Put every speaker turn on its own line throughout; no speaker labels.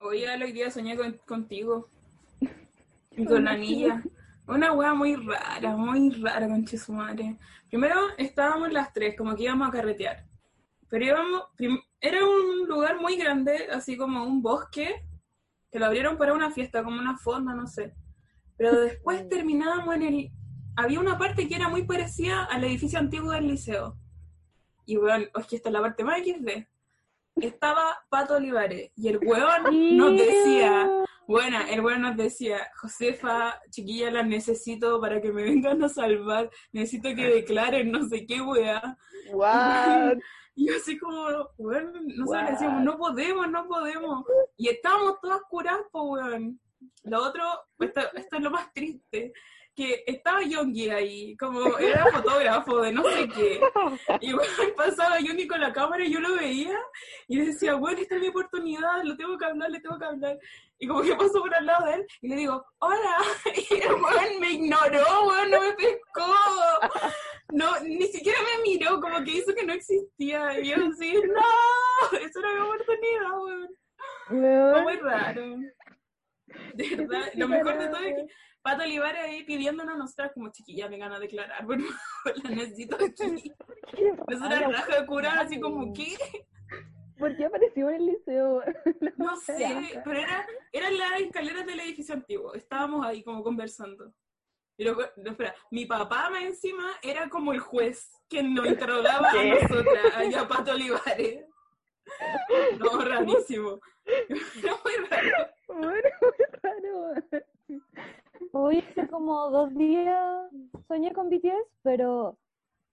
Oye, Ale, hoy día soñé con- contigo. Y con la niña. Una wea muy rara, muy rara, conche su madre. Primero estábamos las tres, como que íbamos a carretear. Pero íbamos, prim- era un lugar muy grande, así como un bosque, que lo abrieron para una fiesta, como una fonda, no sé. Pero después terminábamos en el... Había una parte que era muy parecida al edificio antiguo del liceo. Y weón, es que esta es la parte más XD. Estaba Pato Olivares, y el weón nos decía... Bueno, el bueno nos decía, Josefa, chiquilla, las necesito para que me vengan a salvar, necesito que declaren no sé qué weá.
What?
Y yo así como, weón, nosotros
What?
le decíamos, no podemos, no podemos. Y estábamos todas curadas, po, weón. Lo otro, esto, esto es lo más triste, que estaba Yongi ahí, como era fotógrafo de no sé qué. Y bueno, pasaba Johnny con la cámara y yo lo veía y decía, bueno, esta es mi oportunidad, lo tengo que hablar, le tengo que hablar. Y como que paso por al lado de él y le digo, hola. Y el weón me ignoró, weón, no me pescó. No, ni siquiera me miró, como que hizo que no existía. Y yo así, no, eso era mi oportunidad, weón. Fue muy
Weón,
raro. De verdad, lo mejor de todo es que Pato Olivares ahí pidiéndonos a nosotras como chiquilla, vengan a declarar, por favor, la necesito aquí.
qué
Nosotras
raro.
raja de curada, así como, ¿qué?
¿Por qué apareció en el liceo?
No sé, pero era, eran las escaleras del edificio antiguo, estábamos ahí como conversando. Y luego, no, espera, mi papá más encima era como el juez que nos interrogaba a
¿Qué?
nosotras, y a Pato Olivares. No, rarísimo. Era muy raro.
Bueno, muy raro.
Hoy hace como dos días soñé con BTS, pero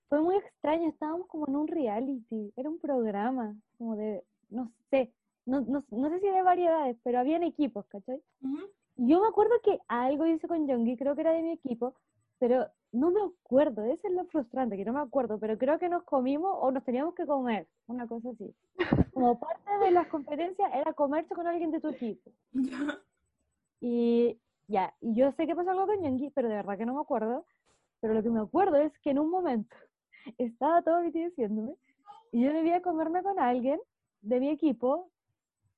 fue muy extraño. Estábamos como en un reality, era un programa, como de, no sé, no, no, no sé si de variedades, pero habían equipos, ¿cachai?
Ujú.
Y Yo me acuerdo que algo hice con Jonggi, creo que era de mi equipo, pero no me acuerdo, eso es lo frustrante, que no me acuerdo, pero creo que nos comimos o nos teníamos que comer, una cosa así. Como parte de las competencias era comerse con alguien de tu equipo.
Ya.
Y ya, y yo sé que pasó algo con Yongi, pero de verdad que no me acuerdo. Pero lo que me acuerdo es que en un momento estaba todo BTS diciéndome y yo debía comerme con alguien de mi equipo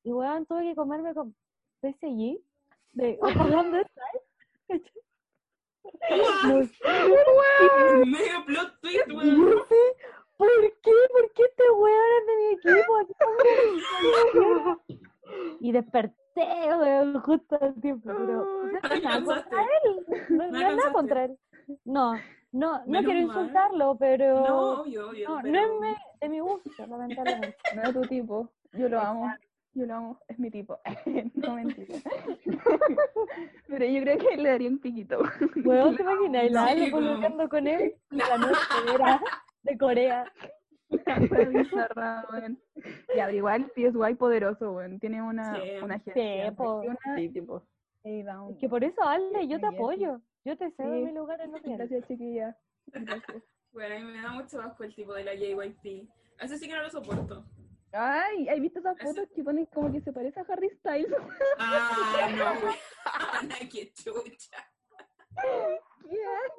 y weón tuve que comerme con PSG de Orlando Style. No sé,
Medio plot twist,
y
weón.
yo sé, ¿por qué? ¿Por qué este weón es de mi equipo? ¿A qué hombre le hicieron? Y desperté, weón, justo al tiempo, pero no
Ay,
es nada
cansaste.
contra él. No, no
No
es nada
alcanzaste.
contra él. No, no, no
Menos
quiero
mal.
insultarlo, pero.
No, obvio, obvio.
no,
pero-
no es me- de mi gusto, lamentablemente.
No era tu tipo. Yo lo amo. Yo lo amo. Es mi tipo. no mentira. Pero yo creo que le daría un piquito.
Weón, ¿te imaginas?
no,
La Ale
sí, como-
colocando con él en la noche era de Corea.
Fue bizarra, weón. Ya, pero igual PSY poderoso, weón. Tiene una,
Sí.
una jerarquía.
Sí, po.
una-
Sí, tipo.
Ey, down.
Es que por eso, Ale, yo te
Ay, ya, sí.
apoyo. Yo te cedo
Sí.
mi lugar en los bienes.
Gracias, chiquilla. Gracias.
Bueno, a mí me da mucho bajo el tipo de la JYP. Así sí que no lo soporto.
Ay, ¿has visto esas
Ese-
fotos que ponen como que se parece a Harry Styles?
Ah, no, weón. Ay, qué chucha.
¿Qué?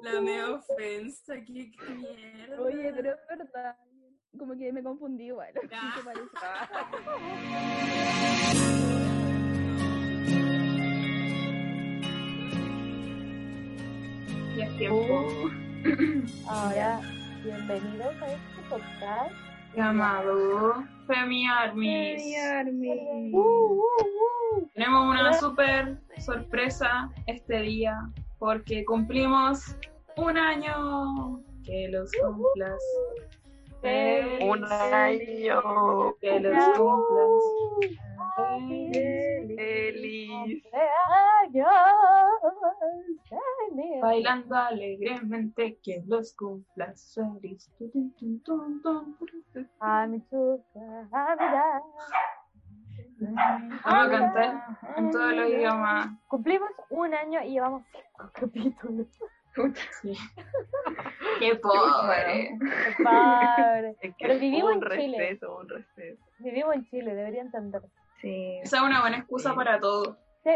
La mea ofensa, qué, qué mierda.
Oye, pero es verdad. Como que me confundí igual. Sí se parece. Ah.
Ya es tiempo.
Ahora, bienvenidos a este podcast.
Llamado Femi Armis.
Ay, Armin.
¡Uh,
Uh. Tenemos una super sorpresa este día porque cumplimos un año. Que los cumplas. Feliz.
Un año.
Que los cumplas.
Feliz.
¡Cumpleaños!
Bailando alegremente, que los cumplas feliz. Tu, tu, tu, tu, tu, tu, tu.
A mi chuca, a mi da.
Vamos a cantar en todos los idiomas.
Cumplimos un año y llevamos cinco capítulos.
Sí. Qué pobre.
Qué padre.
Es
Pero vivimos
un
en Chile.
receso, un receso.
Vivimos en Chile, debería entender.
Sí.
Esa es una buena excusa para todo.
Sí.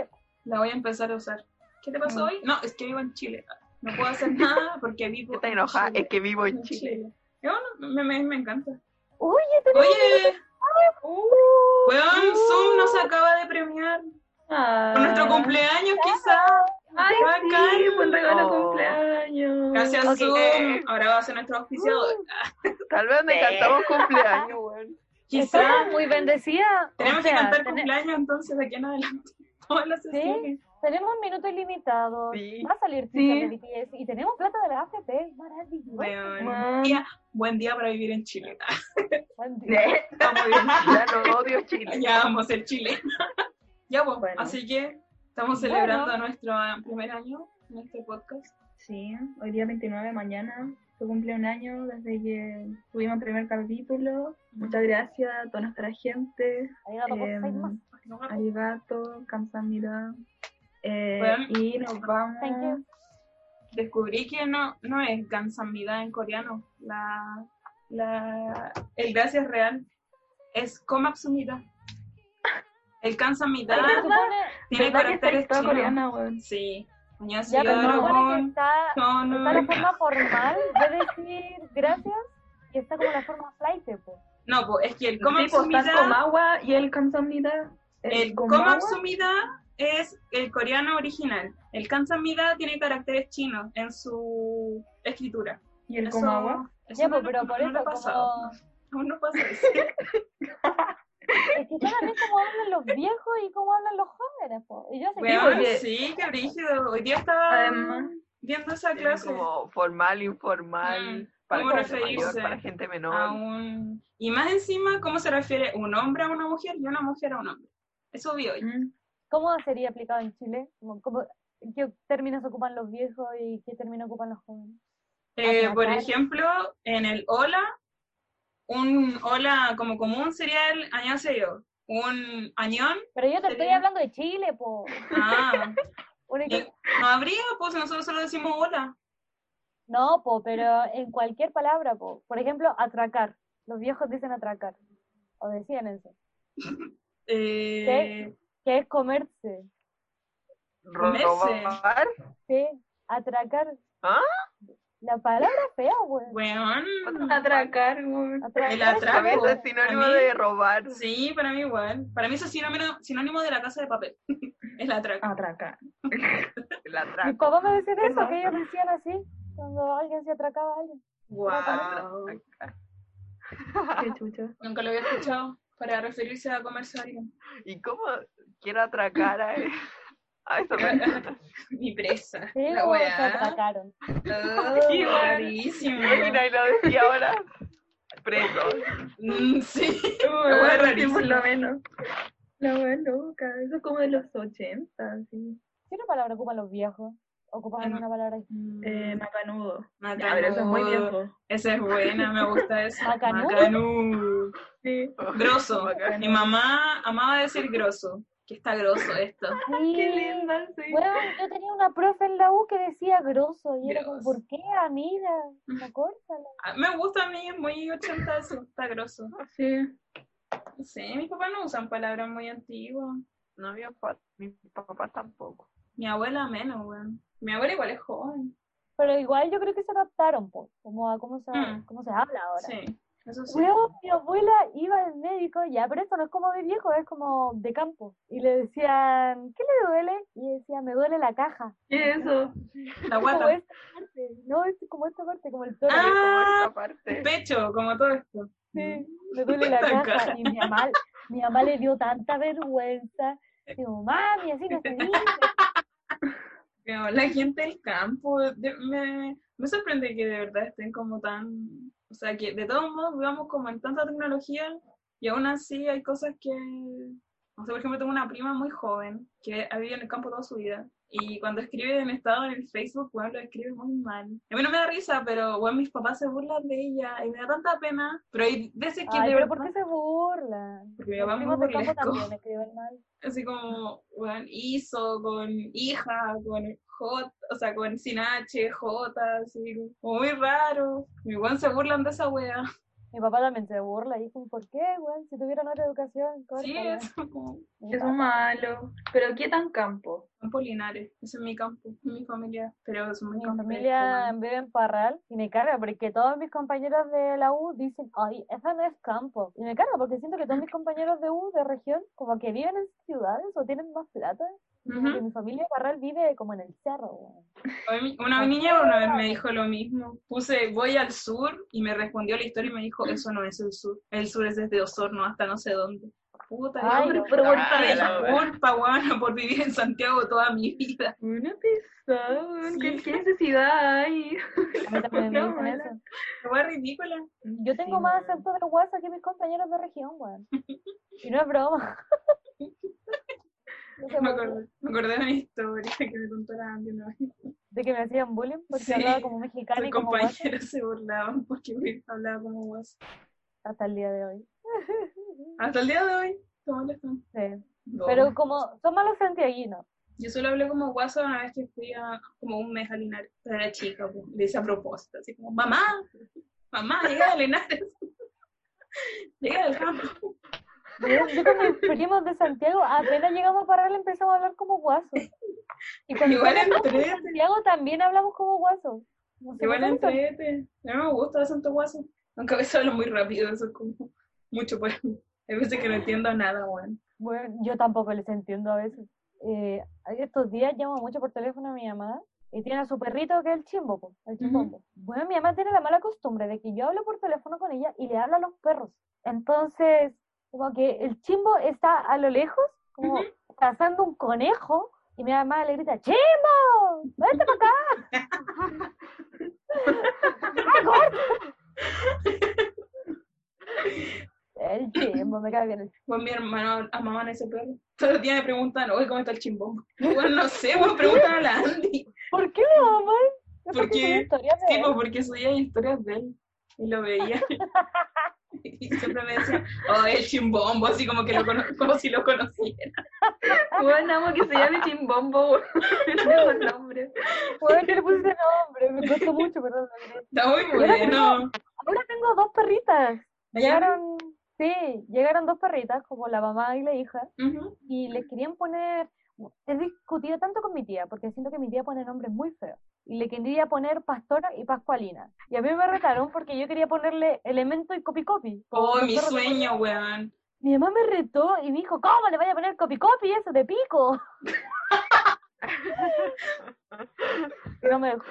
La voy a empezar a usar. ¿Qué te pasó hoy? No, es que vivo en Chile. No puedo hacer nada porque vivo.
Está
en
enojada,
Chile.
es que vivo en
En
Chile.
Chile. No, no, me, me, me encanta.
Oye, tenemos
Oye,
Uh,
weón, Zoom no nos acaba de premiar. Por nuestro cumpleaños, Ah, quizás.
Ay, Ah. sí,
Bacán.
buen regalo de
Oh.
cumpleaños. Eh,
Gracias,
Ok.
Zoom. Ahora va a ser nuestro auspiciador.
Tal vez me
Sí.
cantamos cumpleaños, weón.
Quizás.
Estamos muy bendecida. o
Tenemos que
sea,
cantar
tene-
cumpleaños entonces de aquí en adelante. Todas las sesiones.
Tenemos minutos ilimitados.
Sí.
Va a
Sí.
salir Twitter de BTS y tenemos plata de la AFP. Maravilloso.
Weón.
Weón.
Día- buen día para vivir en Chile. Ah,
Buen día.
Eh.
Ya
Está muy bien.
no odio Chile.
Ya vamos a ser chilena. ya, pues.
Bueno.
Así que estamos celebrando nuestro ah, primer año en este podcast.
Sí, hoy día 29, mañana. Se cumple un año desde que tuvimos el primer capítulo. Muchas gracias a toda nuestra gente.
Arigato,
Em,
gozaimasu.
arigato, kamsahamnida. Eh,
Bueno.
y nos vamos.
Thank you.
Descubrí que no, no es Gansamida en coreano. La, la, el gracias real es Komapsumida. El Gansamida
Se supone-
tiene
¿Verdad que
caracteres
estáis toda
chinos.
coreana, weón?
Sí.
Ya, pero se
안녕하세요,
supone que
여러분.
está,
저는
está la forma formal de decir gracias y está como la forma flight, pues.
No, pues es que el
Sí, pues, está el
Komapsumida,
Komawa y el Kamsamnida.
el Komapsumida es el coreano original. El Gansamida tiene caracteres chinos en su escritura.
y el
Eso-
Komawa.
eso
Ya,
no
pues,
lo-
pero por
no lo
eso,
he pasado.
como,
Aún no pasa eso.
es que también como hablan los viejos y como hablan los jóvenes, po. Y yo sé
Weón,
Bueno, porque-
sí, qué brígido. Hoy día estaba
Además,
viendo esa
Tiene
clase
como formal, informal,
Mm,
para
¿cómo
gente mayor,
referirse?
para gente menor.
a un... Y más encima, ¿cómo se refiere un hombre a una mujer y una mujer a un hombre? Eso vi hoy.
mm,
¿Cómo sería aplicado en Chile? Como, como- ¿Qué términos ocupan los viejos y qué términos ocupan los jóvenes?
Eh,
Ah,
por
claro.
ejemplo, en el hola, un hola como común sería el añaseo. Un añón,
Pero yo te estoy
Sería-
hablando de Chile, po.
ah,
Una que-
y no habría, pues nosotros solo decimos hola.
No, po, pero en cualquier palabra, po. Por ejemplo, atracar. Los viejos dicen atracar. O decían eso.
Eh,
Que es comerse.
Robar.
Sí, atracar.
¿Ah?
La palabra es fea, weón.
weón.
Atracar, weón.
Atracar
el
es
A
atraco.
feo.
veces sinónimo
A mí-
de robar.
Sí, para mí igual. Para mí eso es sinónimo, sinónimo de la casa de papel. el atraco.
Atracar.
El atraco.
Mi papá me decía eso,
Perdón.
que ellos decían así, cuando alguien se atracaba a alguien.
Wow.
Qué chucha.
Nunca lo había escuchado para referirse a comerse a alguien.
¿Y cómo quiero atracar a, a esa persona?
Mi presa.
Sí,
la
como se
weá.
atracaron.
Oh,
Sí, weón.
rarísimo.
Imagina, y lo decía ahora. Preso.
Mm, sí.
La
wea
wea
rarísima.
Por lo menos. La wea loca. Eso es como de los 80, sí.
¿Qué una palabra ocupan los viejos? ¿Ocupan
Ajá.
alguna palabra?
Eh, macanudo.
Macanudo.
A ver, eso es muy viejo.
Esa es buena, me gusta eso.
Macanudo.
Macanudo.
Sí.
Grosso.
Bacán.
Mi mamá amaba decir grosso. Que está groso esto.
Sí.
Qué linda, sí.
Bueno, yo tenía una profe en la U que decía grosso, y era como,
Grosso.
¿por qué, amiga? Acórtala.
Ah, Me gusta a mí, es muy 80 eso. Está grosso.
Sí.
No sé, mis papás no usan palabras muy antiguas.
No, mi papá, mi papá tampoco.
Mi abuela menos, weón. Mi abuela igual es joven.
Pero igual yo creo que se adaptaron, po, como a cómo se,
Mm.
cómo se habla ahora.
Sí, eso sí.
Weón, mi abuela iba al médico, ya, pero esto no es como de viejo, es como de campo. Y le decían, ¿qué le duele? Y decía, me duele la caja.
¿Qué es eso?
La
Como
guata.
esta parte, no, es como esta parte, como el toro.
Ah,
Esa parte.
pecho, como todo esto.
Sí, me duele la
Esta
caja.
cara.
Y mi mamá, mi mamá le dio tanta vergüenza. Digo, mami, así no se dice.
Pero la gente del campo, de- me, me sorprende que de verdad estén como tan... O sea, que de todos modos vivamos como en tanta tecnología y aún así hay cosas que... O sea, por ejemplo, tengo una prima muy joven que ha vivido en el campo toda su vida y cuando escribe en estado en el Facebook, bueno, lo escribe muy mal. A mí no me da risa, pero bueno, mis papás se burlan de ella y me da tanta pena. Pero hay veces que
Ay,
de verdad...
pero ¿por qué se burlan?
Porque mi
Los
papá es muy
primos del campo
burlesco.
también escriben mal.
así como, weón, hizo con hija, con J, o sea, con sin H, J, así, como muy raro. Mi weón se burlan de esa wea.
Mi papá también se burla. Y dijo, ¿por qué, weón? Si tuvieran otra educación,
Sí,
córtala".
eso como,
Mi
Eso
papá.
es malo. Pero ¿qué tan campo?
Un Polinares, ese es mi campo, mi familia, pero es muy
Mi familia vive en Parral y me carga porque todos mis compañeros de la U dicen, ay, esa no es campo. Y me carga porque siento que todos mis compañeros de U de región como que viven en ciudades o tienen más plata. Como que mi familia de Parral vive como en el cerro. weón.
Hoy mi- Una niña una vez me dijo lo mismo. Puse voy al sur y me respondió la historia y me dijo eso no es el sur. El sur es desde Osorno hasta no sé dónde. Puta,
Ay,
yo me
no.
pregunta de
Ah, la
la
wea.
culpa, weón, por vivir en Santiago toda mi vida.
Una pesada,
Sí.
¿qué, qué necesidad hay?
A mí también me
No,
dicen
mala.
eso.
Fue ridícula.
Yo tengo más acento de guasa que mis compañeros de región, weón. Y no es broma. No sé
Me
por qué.
acordé, me acordé de una historia que me contó la Andy una vez.
de que me hacían bullying porque
Sí,
hablaba como mexicana y
Sus
como guasa
compañeros se burlaban porque hablaba como vos.
hasta el día de hoy.
Hasta el día de hoy, ¿cómo le están?
Sí.
No.
Pero como son malos santiaguinos.
Yo solo hablé como guasa una vez que fui a como un mes a Linares, pero era chica, pues, le hice a propósito, así como, mamá, mamá, llega a Linares, llega al campo.
Yo, yo con mis primos de Santiago apenas llegamos a le empezamos a hablar como guasos. Y con mis
Igual
otros primos de
entrete.
Santiago también hablamos como guasos. No sé
Igual
por qué son-
entrete, a mí me gusta el santo guaso, aunque a veces hablo muy rápido, eso es como mucho para mí. Hay veces que no entiendo nada, bueno.
Bueno, yo tampoco les entiendo a veces. Eh, estos días llamo mucho por teléfono a mi mamá y tiene a su perrito que es el chimbo, po, el chimbombo. Bueno, mi mamá tiene la mala costumbre de que yo hablo por teléfono con ella y le hablo a los perros. Entonces, como que el chimbo está a lo lejos, como cazando un conejo, y mi mamá le grita, ¡Chimbo! ¡Vete para acá! ¡Ah, gordo! El chimbo, me cae bien el
Pues mi hermano amaban a ese perro. Todos los días me preguntan, oye, ¿cómo está el chimbombo? Bueno, no sé, pues preguntan a la Andy.
¿Por qué lo aman? No sé
¿Por
si
qué?
tiene historia de
Sí,
él.
pues porque subía historias de él y lo veía. Y siempre me decía, oh, el chimbombo, así como que lo cono- como si lo conociera.
Bueno, amo que se llame Chimbombo, no el nombre.
Bueno, yo le puse ese nombre, me costó mucho, pero no lo logré.
Está muy
Era como-
bueno.
Ahora tengo dos perritas.
¿Ya?
Llegaron, sí, llegaron dos perritas, como la mamá y la hija,
Ujú.
y les querían poner. He discutido tanto con mi tía, porque siento que mi tía pone nombres muy feos. Y le quería poner Pastora y Pascualina. Y a mí me retaron porque yo quería ponerle Elemento y Copy Copy. como
Oh,
los
mi
perros de
sueño, weón.
Mi mamá me retó y me dijo, ¿cómo le vaya a poner copy copy eso de pico? Y no me dejó.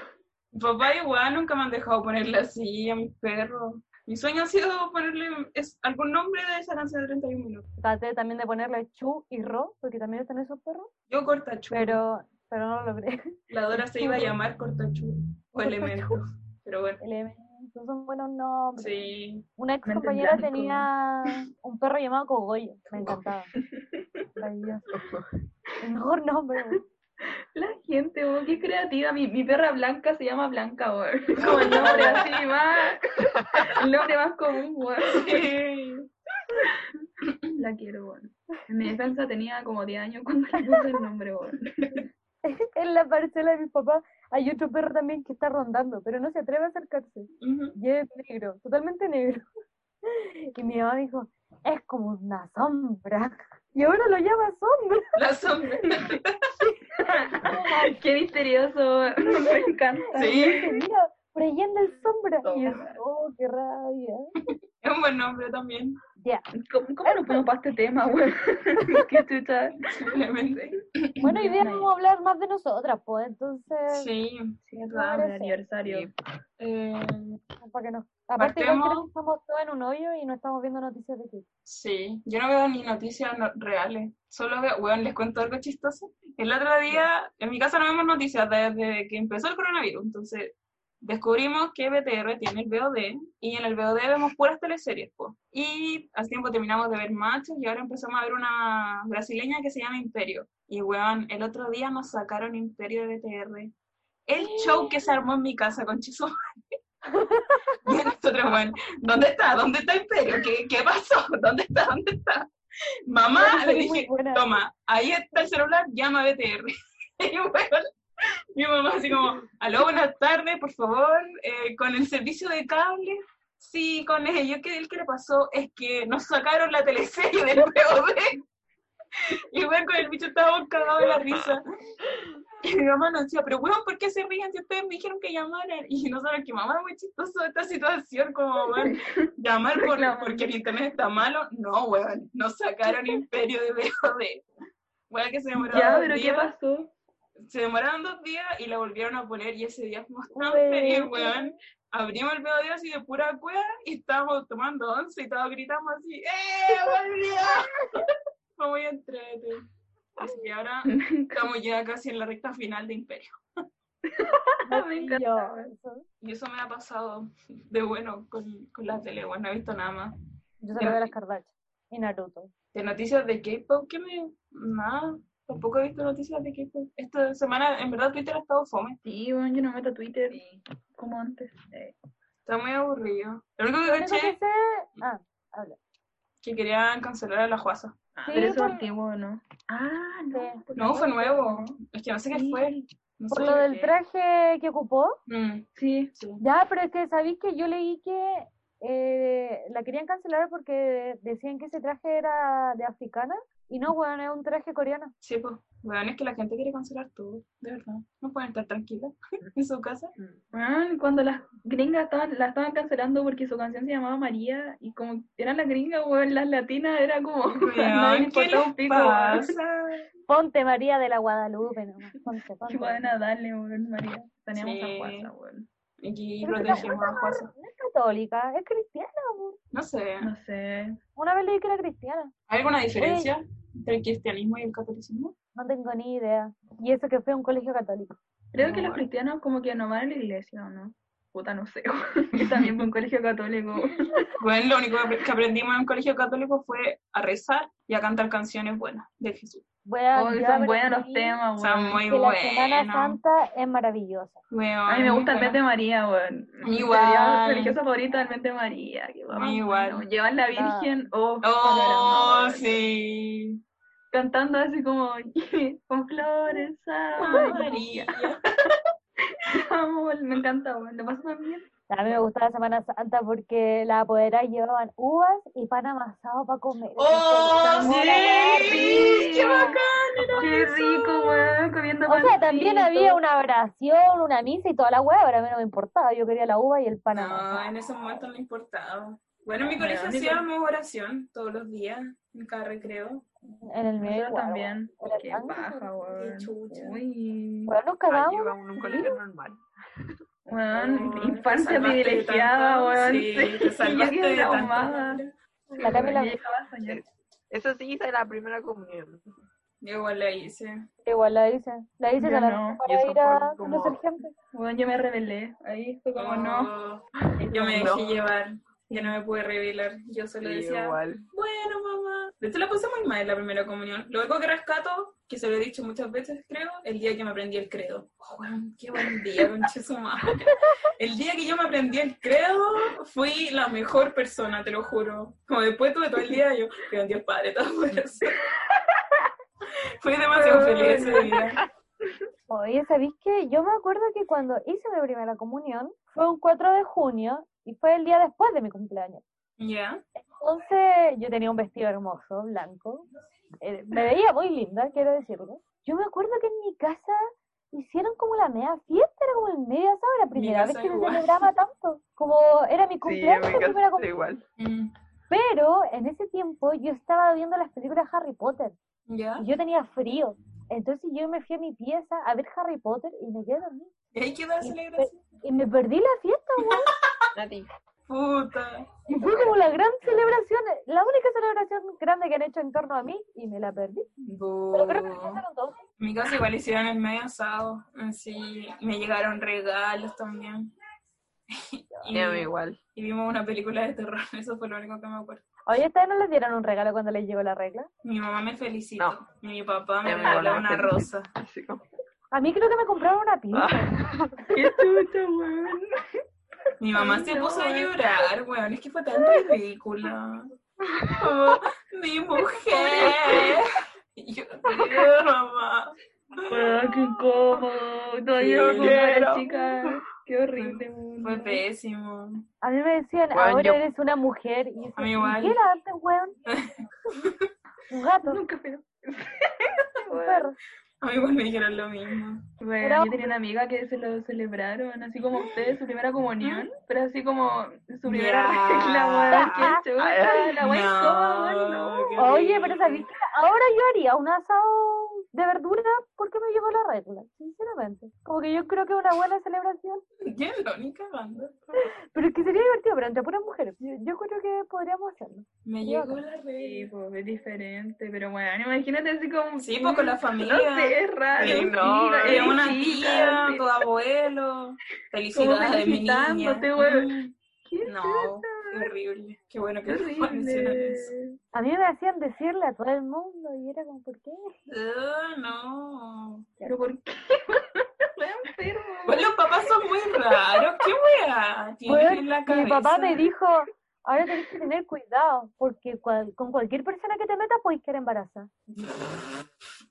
Mi Papá igual nunca me han dejado ponerle así a mis perros. Mi sueño ha sido ponerle es, algún nombre de esa canción de 31 minutos.
Traté también de ponerle Chu y Ro, porque también están esos perros,
Yo cortachu.
pero, pero no lo logré.
La Dora se iba a llamar cortachu o elemento. Pero bueno,
Elementos son buenos nombres.
sí.
Una ex
Mente en
compañera
blanco.
tenía un perro llamado Cogollo, me encantaba. Maravilloso. El mejor nombre. güey.
La gente, oh, qué creativa. Mi, mi perra blanca se llama Blanca, oh. Como el nombre así más. El nombre más común, weón. La quiero, weón. En mi defensa tenía como 10 años cuando le puse el nombre, weón.
En la parcela de mi papá hay otro perro también que está rondando, pero no se atreve a acercarse.
Ujú.
Y es negro, totalmente negro. Y mi mamá me dijo, es como una sombra. Y ahora lo llama sombra.
La sombra.
Qué misterioso, weón. me encanta.
Sí.
Y yo dije, mira, por ahí anda el sombra. Y yo,
Sombra.
oh, qué rabia.
Es un buen nombre también.
Ya,
¿Cómo, cómo nos fuimos para este tema, weón? Qué chucha.
Simplemente.
bueno, hoy día
Ay.
vamos a hablar más de nosotras, pues, entonces,
Sí.
Sí, el
parece.
aniversario.
Eh,
para que nos... Aparte, igual
Partemos.
creo que estamos todos en un hoyo y no estamos viendo noticias de ti.
sí. Yo no veo ni noticias no- reales. Solo veo, bueno, les cuento algo chistoso. El otro día, en mi casa no vemos noticias desde que empezó el coronavirus. Entonces, descubrimos que BTR tiene el BOD y en el BOD vemos puras teleseries. po. Y al tiempo terminamos de ver machos y ahora empezamos a ver una brasileña que se llama Imperio. Y weón, el otro día nos sacaron Imperio de BTR. El show que se armó en mi casa con Chiso. Y nosotros, bueno, ¿dónde está? ¿Dónde está Imperio? ¿Qué, qué pasó? ¿Dónde está? ¿Dónde está? Mamá,
Bueno,
le
soy muy
dije,
buena.
toma, ahí está el celular, llama a BTR. Y weón, mi mamá así como, aló, buenas tardes, por favor, eh, con el servicio de cable. Sí, con ello, que el que le pasó es que nos sacaron la teleserie del POD. Y bueno, con el bicho estaba cagado de la risa. Y mi mamá nos decía, pero weón, ¿por qué se ríen si ustedes me dijeron que llamaran? Y nosotros, que mamá, es muy chistoso esta situación, como, weón, llamar por-
Reclamando.
porque el internet está malo. No, weón, nos sacaron Imperio de BOD. Weón, que se demoraron
Ya,
dos
pero ¿qué
días,
pasó?
se demoraron dos días y la volvieron a poner y ese día fuimos tan
Weón.
felices, weón. Abrimos el BOD así de pura cueva y estábamos tomando once y todos gritamos así, ¡eh, volvió! Fue muy entrete. Así que ahora estamos ya casi en la recta final de Imperio.
Me
Y yo,
encantaba.
eso.
Y eso me ha pasado de bueno con, con la tele, bueno, no he visto nada más.
Yo solo veo las Kardashian y Naruto.
De noticias de K-pop, que me. Nada, tampoco he visto noticias de K-pop. Esta semana, en verdad, Twitter ha estado fome.
Sí, bueno, yo no meto Twitter como antes. Eh,
Está muy aburrido. Lo único
Lo
que
único que
caché
sé... Ah,
que querían cancelar a la Juaza.
ah,
Sí,
pero eso es
por-
antiguo, ¿no? Ah, no.
Sí.
por
No, fue
favor.
nuevo. Es que no sé qué
Sí.
fue. No
por
sé
lo
qué
del
fue.
traje que ocupó,
Mm,
Sí,
sí.
Ya, pero es que sabéis que yo leí que eh, la querían cancelar porque decían que ese traje era de africana y no, weón, es un traje coreano.
Sí, pues. Bueno, es que la gente quiere cancelar todo, de verdad. No pueden estar tranquilas en su casa.
mm,
Man, cuando las gringas estaban, la estaban cancelando porque su canción se llamaba María y como eran las gringas, weón, las latinas era como nadie le
Weón, ¿Qué
importaba un
les
pico, weón.
pasa?
Ponte María de la Guadalupe, nomás, ponte,
Qué
ponte.
buena, dale, weón, María. Teníamos
Sí.
a Juanza, weón.
Y
Pero si la
protegemos a Juaza.
No es católica, es cristiana. po.
No sé.
No sé.
Una vez leí que era cristiana,
¿Hay alguna diferencia entre el cristianismo y el catolicismo?
no tengo ni idea. Y eso que fue a un colegio católico.
Creo
No,
que los
Ah, bueno.
cristianos como que no van a la iglesia, ¿o no? Puta, no sé, weón. Yo también fue un colegio católico.
Bueno, lo único que aprendimos en un colegio católico fue a rezar y a cantar canciones buenas de Jesús.
Weón,
Oh,
yo
son buenos los
aprendí
O
temas,
sea,
weón.
muy
Que la Semana
bueno.
Santa es maravillosa.
Bueno,
A mí me
muy
gusta el mes
bueno.
de María, weón. Mi
Igual.
teoría religiosa favorita es el mes de María. Que va,
Igual.
mano. Llevan la Virgen, oh,
Oh,
panorama, weón.
sí.
cantando así como con flores,
Ay,
ay,
María.
amo, me encanta, weón. Lo paso también.
A mí me gustaba Semana Santa porque las apoderadas llevaban uvas y pan amasado para comer.
Oh,
Entonces,
sí.
rico.
Qué bacán.
Qué rico, weón, comiendo
O sea, también
pancito.
había una oración, una misa y toda la hueá, pero a mí no me importaba, yo quería la uva y el pan
No,
amasado.
en ese momento no importaba. Bueno, en mi
Bueno,
colegio
mi-
hacíamos oración todos los días, en cada recreo.
En el
Nosotros
medio igual,
también.
Era
Qué
tan
paja, weón.
chucha.
Uy.
Bueno, nos
Ah,
cagamos.
yo iba a un colegio normal.
Weón,
Ay, Oh, te
infancia
salvaste de
privilegiada,
tanto.
weón.
Sí, te salvaste
yo
de
quedé
tanto.
traumada.
La Camila
Yo llegaba a soñar.
Eso sí hice la primera comunión.
Yo igual la hice.
igual la dice. La dice
Yo
a la-
no,
yo
para ir
soy
a
como-
conocer gente.
Weón, yo me rebelé. Ahí fue
Oh,
como, no.
Yo me dejé
No.
llevar. Yo no me pude revelar. Yo solo
Sí,
decía,
igual.
bueno, mamá. De hecho, la pasé muy mal en la primera comunión. Lo único que rescato, que se lo he dicho muchas veces, creo, el día que me aprendí el credo. Oh, weón, qué buen día, conche su madre. El día que yo me aprendí el credo, fui la mejor persona, te lo juro. Como después tuve todo el día, yo, creo en Dios Padre, todo por eso. Fui demasiado feliz ese día.
Oye, ¿sabéis qué? Yo me acuerdo que cuando hice mi primera comunión fue un 4 de junio y fue el día después de mi cumpleaños.
¿Ya?
Entonces, yo tenía un vestido hermoso, blanco. Eh, me veía muy linda, quiero decirlo. Yo me acuerdo que en mi casa hicieron como la media fiesta, era como el media sábado, la primera
casa
vez que se
igual.
celebraba tanto. Como era mi
Sí, en
cumpleaños,
mi
la primera
casa
cum-
igual.
Mm,
Pero en ese tiempo yo estaba viendo las películas Harry Potter
¿Ya?
y yo tenía frío. Entonces yo me fui a mi pieza a ver Harry Potter y me quedé dormida.
¿Y ahí quedó la
Y-
celebración?
Y me perdí la fiesta, güey.
Nati.
Puta.
Y fue como la gran celebración, la única celebración grande que han hecho en torno a mí y me la perdí. Pero creo que
Oh.
me
Bu.
pasaron todos.
En mi casa igual hicieron el medio asado. Así me llegaron regalos también. Y,
Sí, a mí igual.
y vimos una película de terror. Eso fue lo único que me acuerdo.
Oye, ¿ustedes no les dieron un regalo cuando les llegó la regla?
Mi mamá me felicitó.
No.
Y mi papá me
Ya me voló
regaló
la
una
felicitación.
rosa.
Así como.
A mí creo que me compraron una pizza.
Ah.
Qué chucha, weón.
Mi mamá se
no,
puso a
eh.
llorar, weón. Es que fue tan ridícula. Como, mi mujer. Y yo, "Dios, mamá.
Weón, qué incómodo. Todavía
Sí,
me acuerdo de
quiero.
la chica. Qué horrible, weón.
Fue pésimo.
A mí me decían,
Weón,
ahora
yo-
eres una mujer. Y yo
A mí
decía,
igual.
¿y ¿qué era antes, weón? un gato, un
Nunca fui.
perro.
A mí igual me dijeron lo mismo.
Bueno,
Era-
yo tenía una amiga que se lo celebraron, así como ustedes, su primera comunión, pero así como su primera
Ya.
regla, weón, qué chucha, la weá incómoda, weón, no.
qué
Oye, pero
horrible.
¿sabes qué? Ahora yo haría un asado de verdura porque me llegó la regla, sinceramente. Como que yo creo que es una buena celebración.
Ya, no, ni cagando.
Pero es que sería divertido, pero entre puras mujeres. Yo, yo creo que podríamos hacerlo.
Me llegó la
Sí,
regla.
pues es diferente, pero bueno, imagínate así como.
Sí, pues con la familia.
No sé, es raro.
Sí, no,
la-
Es
eh,
una
visita,
tía,
sí.
tu abuelo. Felicidades de mi niña.
felicitándote, weón.
Mm. No, qué horrible. Qué bueno que
Qué
mencionan eso.
horrible.
A mí me hacían decirle a todo el mundo y era como, ¿por qué?
Ah, no.
Pero ¿por qué? Weón, enfermo.
Pues los papás son muy raros. ¿Qué wea? Tienen
Bueno,
en la
mi papá me
cabeza.
dijo, ahora tenés que tener cuidado porque cual- con cualquier persona que te metas puedes quedar embarazada.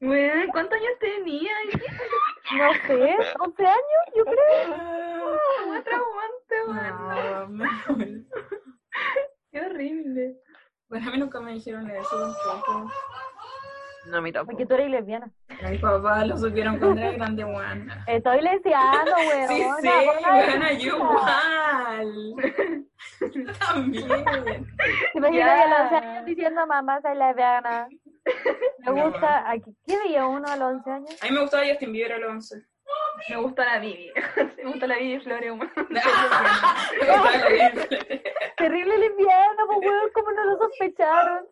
Weón, ¿cuántos años tenía?
No sé, 11 años, yo creo.
Ah,
Weón, traumante, weón.
No, me-
Qué horrible.
Bueno, a mí nunca me dijeron eso tampoco.
No, a mí
Porque
tampoco.
tú eres lesbiana.
A mi papá lo supieron cuando era grande, guana.
Estoy leseando, weón.
Sí, sí, bueno, yo igual. También.
¿Te imaginas
Ya.
que a los 11 años diciendo mamá soy lesbiana? Me
No.
gusta. Aquí, ¿Qué veía uno a los 11 años?
A mí me gustaba Justin Bieber a los 11.
Me gusta la Bibi. Me gusta la Bibi Flores, weón.
Me gustaba la Bieber.
Terrible lesbiana, pues weón, ¿cómo no lo sospecharon?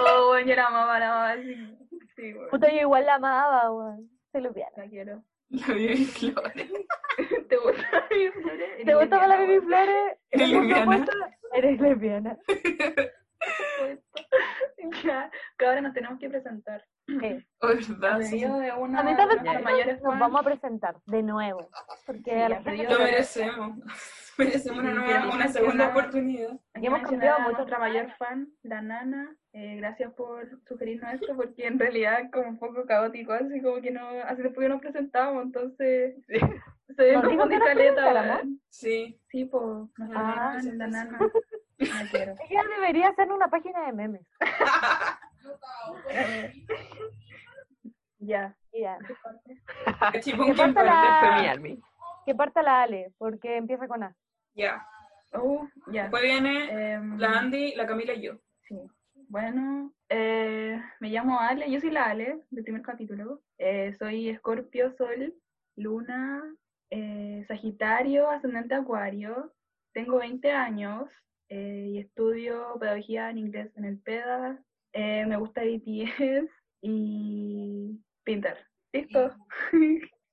Oh, weón, yo la amaba, la amaba. Sí, sí weón.
Puta, yo igual la amaba, weón. Soy lesbiana.
La quiero.
La Bieber Flores.
¿Te gusta la Bibi Flores?
¿Te gustaba la
Eres
Bibi Flores?
¿Eres
Por
lesbiana?
supuesto, Eres lesbiana.
lesbiana, weón. Ya, que ahora nos tenemos que presentar.
Ok. Ah,
¿Verdad? Sí.
Debido de una de nuestras
Lamentablemente
mayores
nos
fans.
vamos a presentar de nuevo. Porque
Sí,
a
ya,
la
pero
gente
yo-
Lo merecemos. Merecemos una nueva, una segunda oportunidad.
Aquí mencionaba
hemos cambiado
a
mucho.
Nuestra mayor fan, la nana. Eh, gracias por sugerirnos esto, porque en realidad es como un poco caótico, así como que no, así después nos presentábamos, entonces se
Nos dijo
como
que
de
nos
caleta.
presentáramos.
weón.
Sí.
Sí, pues,
Ah,
la nana. La quiero.
ella debería hacer una página de memes.
Ya.
Ya.
Tipo un
falta la-
Fue
parte.
mi alma.
Que parta la Ale, porque empieza con A.
Ya.
Uh, ya.
Después viene
Em,
la Andy, la Camila y yo.
Bueno, eh, me llamo Ale, yo soy la Ale del primer capítulo. Eh, soy Escorpio, Sol, Luna, eh, Sagitario, ascendente Acuario. Tengo 20 años eh, y estudio pedagogía en inglés en el PEDA. Eh, me gusta BTS y pintar. Listo.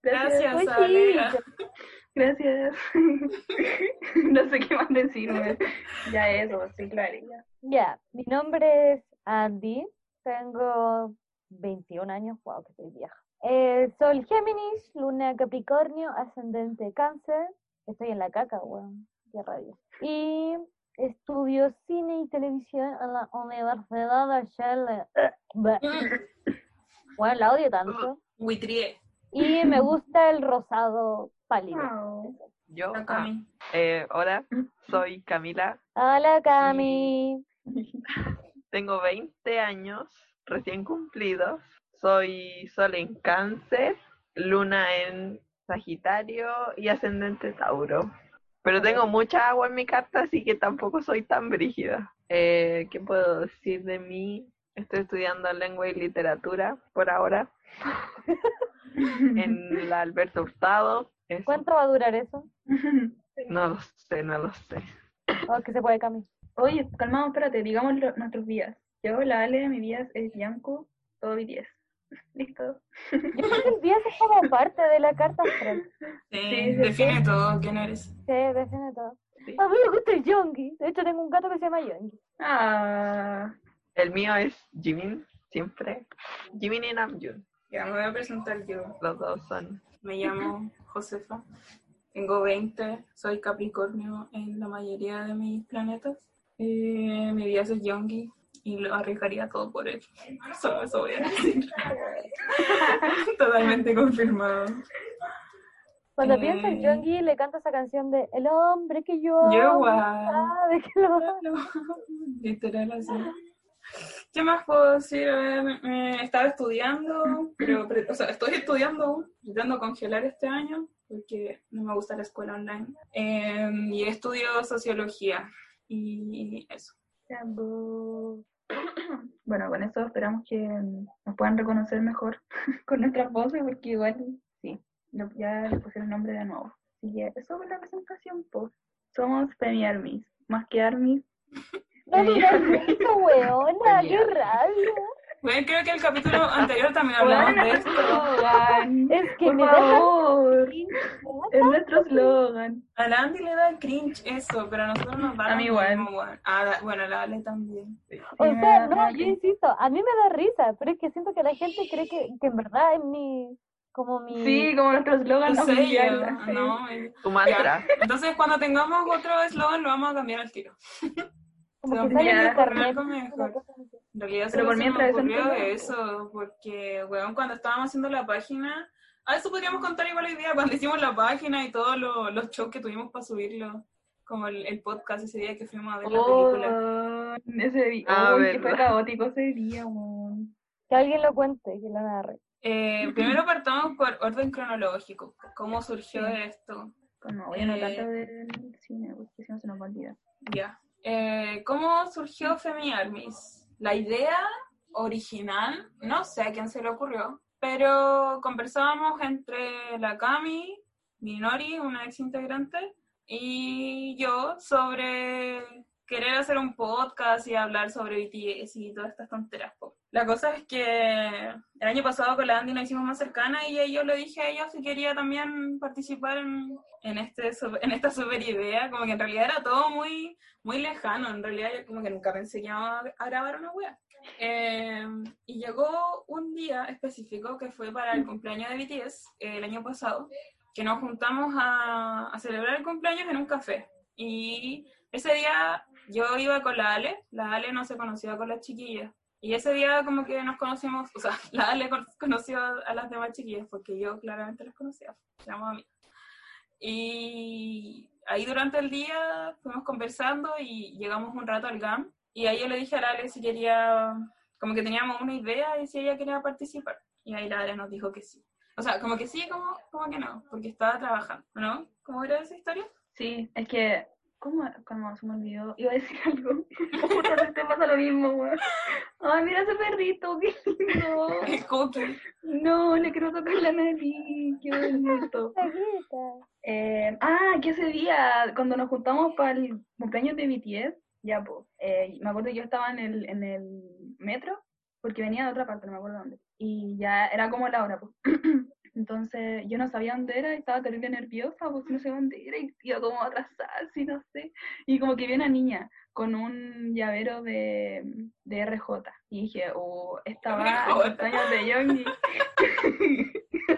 Gracias.
Gracias,
Pues sí,
Alegra.
Gracias. no sé qué más decir, weón. Ya eso, sí, claro. ya.
Ya, mi nombre es Andy, tengo 21 años, wow, que estoy vieja. Eh, Sol Géminis, Luna Capricornio, Ascendente Cáncer, estoy en la caca, weón, qué rabia. Y estudio cine y televisión en la Universidad de Chile.
Mm.
Bueno, la odio tanto.
Huitrié.
Y me gusta el rosado pálido.
Wow.
Yo,
La
ah,
Cami.
eh, hola, soy Camila,
Hola, Cami.
tengo 20 años recién cumplidos, soy Sol en Cáncer, Luna en Sagitario y Ascendente Tauro. Pero tengo mucha agua en mi carta, así que tampoco soy tan brígida. Eh, ¿Qué puedo decir de mí? Estoy estudiando lengua y literatura por ahora en la Alberto Hurtado. Eso.
¿Cuánto va a durar eso?
No lo sé, no lo sé.
Oh, que se puede, Cami.
Oye, calmado, espérate, digamos lo- nuestros días. Yo, la Ale, mi día es Bianco, todo mi 10. Listo.
Yo creo que el 10 es como parte de la carta astral.
Sí,
Sí, sí,
define todo quién eres.
Sí, define todo.
Sí.
A mí me gusta el Yongi. De hecho, tengo un gato que se llama Yongi.
Ah,
El mío es Jimin, siempre. Jimin y Namjoon,
Ya me voy a presentar yo.
los dos son.
Me llamo Josefa. Tengo 20. Soy Capricornio en la mayoría de mis planetas. Eh, mi día es Yongi y lo arriesgaría todo por él. Solo eso voy a decir. Totalmente confirmado.
Cuando
Eh.
pienso en Yongi, le canto esa canción de El hombre que yo.
Yo igual.
Sabe que lo.
Literal así. ¿Qué más puedo decir? A ver, eh, estaba estudiando, pero, pre- o sea, estoy estudiando aún, intentando congelar este año, porque no me gusta la escuela online. Eh, y estudio sociología, y eso.
Bueno, con eso esperamos que mm, nos puedan reconocer mejor con nuestras voces, porque igual sí, lo- ya le pusieron nombre de nuevo. Así que eso fue la presentación, pues. Somos Femiarmis, más que Armis.
No digas eso, weona,
Oye.
qué rabia.
Bueno, creo que el capítulo anterior también hablamos de esto.
slogan!
Es que
Por
me da
favor,
cringe.
es nuestro slogan.
A la Andy le da cringe eso, pero a nosotros nos da
A
lo
mí
mismo,
igual.
weón. Ah, da- bueno, a la Ale también.
O
Sí, me
sea,
da-
no,
me da
yo
cringe.
insisto, a mí me da risa, pero es que siento que la gente cree que, que en verdad es mi, como mi...
Sí, como nuestro slogan
No sé,
oficial.
yo,
así.
no, eh.
Tu mantra.
Entonces, cuando tengamos otro eslogan, lo vamos a cambiar al tiro.
como
no,
que sale
ya,
en internet.
algo mejor.
una cosa así.
En realidad
Pero
solo
por
se
mientras
me
eso
ocurrió
entiendo.
eso, porque, weón, cuando estábamos haciendo la página, a eso podríamos contar igual hoy día, cuando hicimos la página y todos lo- los shows que tuvimos para subirlo, como el, el podcast ese día que fuimos a ver la
Oh,
película.
ese día,
Ah,
uy, que fue
verdad.
caótico ese día, weón.
Que alguien lo cuente, que lo narre.
Eh, primero partamos por orden cronológico, cómo surgió
Sí.
esto.
No, voy a anotar
Eh.
lo del cine, porque si no se nos va a olvidar.
Ya. Eh, ¿Cómo surgió Femi Armies? La idea original, no sé a quién se le ocurrió, pero conversábamos entre la Cami, Minori, una ex integrante, y yo sobre querer hacer un podcast y hablar sobre BTS y todas estas tonteras. po. La cosa es que el año pasado con la Andy nos hicimos más cercana y yo le dije a ella si quería también participar en, en, este, super- en esta super idea, como que en realidad era todo muy, muy lejano, en realidad yo como que nunca pensé que iba a grabar una wea. Eh, y llegó un día específico que fue para el cumpleaños de BTS eh, el año pasado, que nos juntamos a, a celebrar el cumpleaños en un café. Y ese día yo iba con la Ale, la Ale no se conocía con las chiquillas. Y ese día como que nos conocimos, o sea, la Ale con- conoció a las demás chiquillas porque yo claramente las conocía, éramos amigas. Y ahí durante el día fuimos conversando y llegamos un rato al GAM y ahí yo le dije a la Ale si quería, como que teníamos una idea y si ella quería participar. Y ahí la Ale nos dijo que sí. O sea, como que sí, como, como que no, porque estaba trabajando, ¿no? ¿Cómo era esa historia?
Sí, es que, ¿cómo, cómo se me olvidó? Iba a decir algo. Justamente pasa lo mismo, weón. Ay, mira ese perrito, qué lindo.
El cookie.
No, le quiero tocar la nariz, qué bonito.
La grieta.
Eh, ah, que ese día, cuando nos juntamos para el cumpleaños de BTS, ya, pues, me acuerdo que yo estaba en el, en el metro, porque venía de otra parte, no me acuerdo dónde, y ya era como la hora, pues. Entonces, yo no sabía dónde era, y estaba terrible nerviosa, pues, no sé dónde era, y iba como atrasada, así, no sé. Y como que vi una niña con un llavero de, de RJ, y dije, oh, esta va al
RJ.
cumpleaños de Youngi.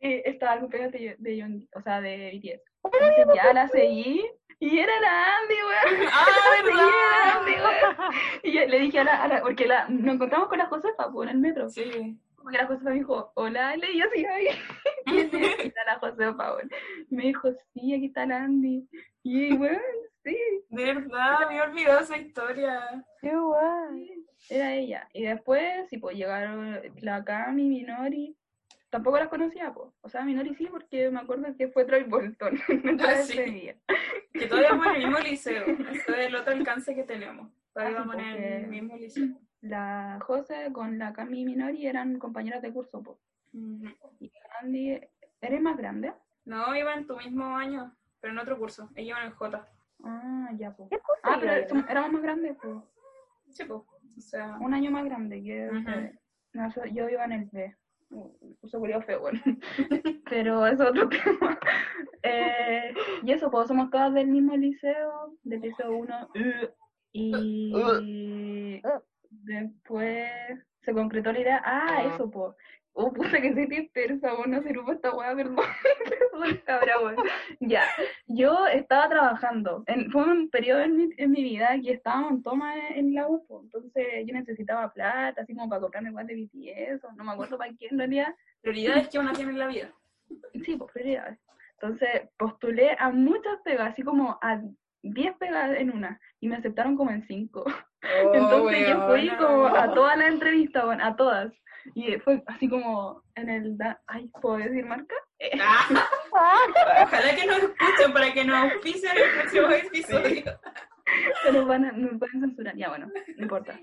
Eh, estaba el cumpleaños de, Yo- de Young, o sea, de BTS. Entonces ya la seguí y era la Andy, weón.
¡Ah,
Sí, era la Andy,
verdad!
weón. Y yo le dije a la, a la- porque la, nos encontramos con la Josefa, pues, en el metro.
Sí.
Porque la Josefa me dijo, hola, Ale, y yo sí, ay, ¿quién es? Aquí está la Josefa, weón. Y me dijo, sí, aquí está la Andy. Y, weón, sí,
De verdad, me he olvidado esa historia.
Qué guay.
era ella. Y después, sí, pues, llegaron la Cami, Minori. Tampoco las conocía, pues. O sea, Minori sí, porque me acuerdo que fue Troy Bolton. Entonces,
sí.
ese día.
Que todavía vamos en el mismo liceo. Eso es el otro alcance que tenemos. Todavía
Ah, sí,
vamos en el
porque-
mismo liceo.
la Jose con la Cami Minori eran compañeras de curso. po.
Ujú.
Andy, ¿eres más grande?
No, iba en tu mismo año, pero en otro curso. Ella iba en el J.
Ah, ya, po.
¿Qué cosa
Ah,
iba
pero
yo?
som- éramos más grandes, po.
Sí, pues. O sea,
Un año más grande que
Ujú.
ustedes. No, yo, yo iba en el B. Uso curioso feo, bueno. pero es otro tema. Eh, y eso, pues somos todas del mismo liceo, del liceo 1. Y después se concretó la idea. Ah, eso, po. Oh, puta que soy dispersa, vos no sirvo esta weá, perdón. Soy cabra, weón. Ya, yo estaba trabajando. En, fue un periodo en mi, en mi vida que estaba en toma en la U, po. Entonces yo necesitaba plata, así como para comprarme weá de BTS, o no me acuerdo para quién en realidad.
prioridades que uno tiene en la vida.
Sí, pues prioridades. Entonces postulé a muchas pegas, así como a 10 pegadas en una y me aceptaron como en 5.
Oh,
Entonces yo fui
weona.
como a todas las entrevistas, bueno, a todas. Y eh, fue así como en el... da- Ay, ¿puedo decir marca?
Ah, Ojalá que nos escuchen para que nos auspicien el próximo episodio.
Pero van a- me pueden censurar. Ya, bueno, no importa.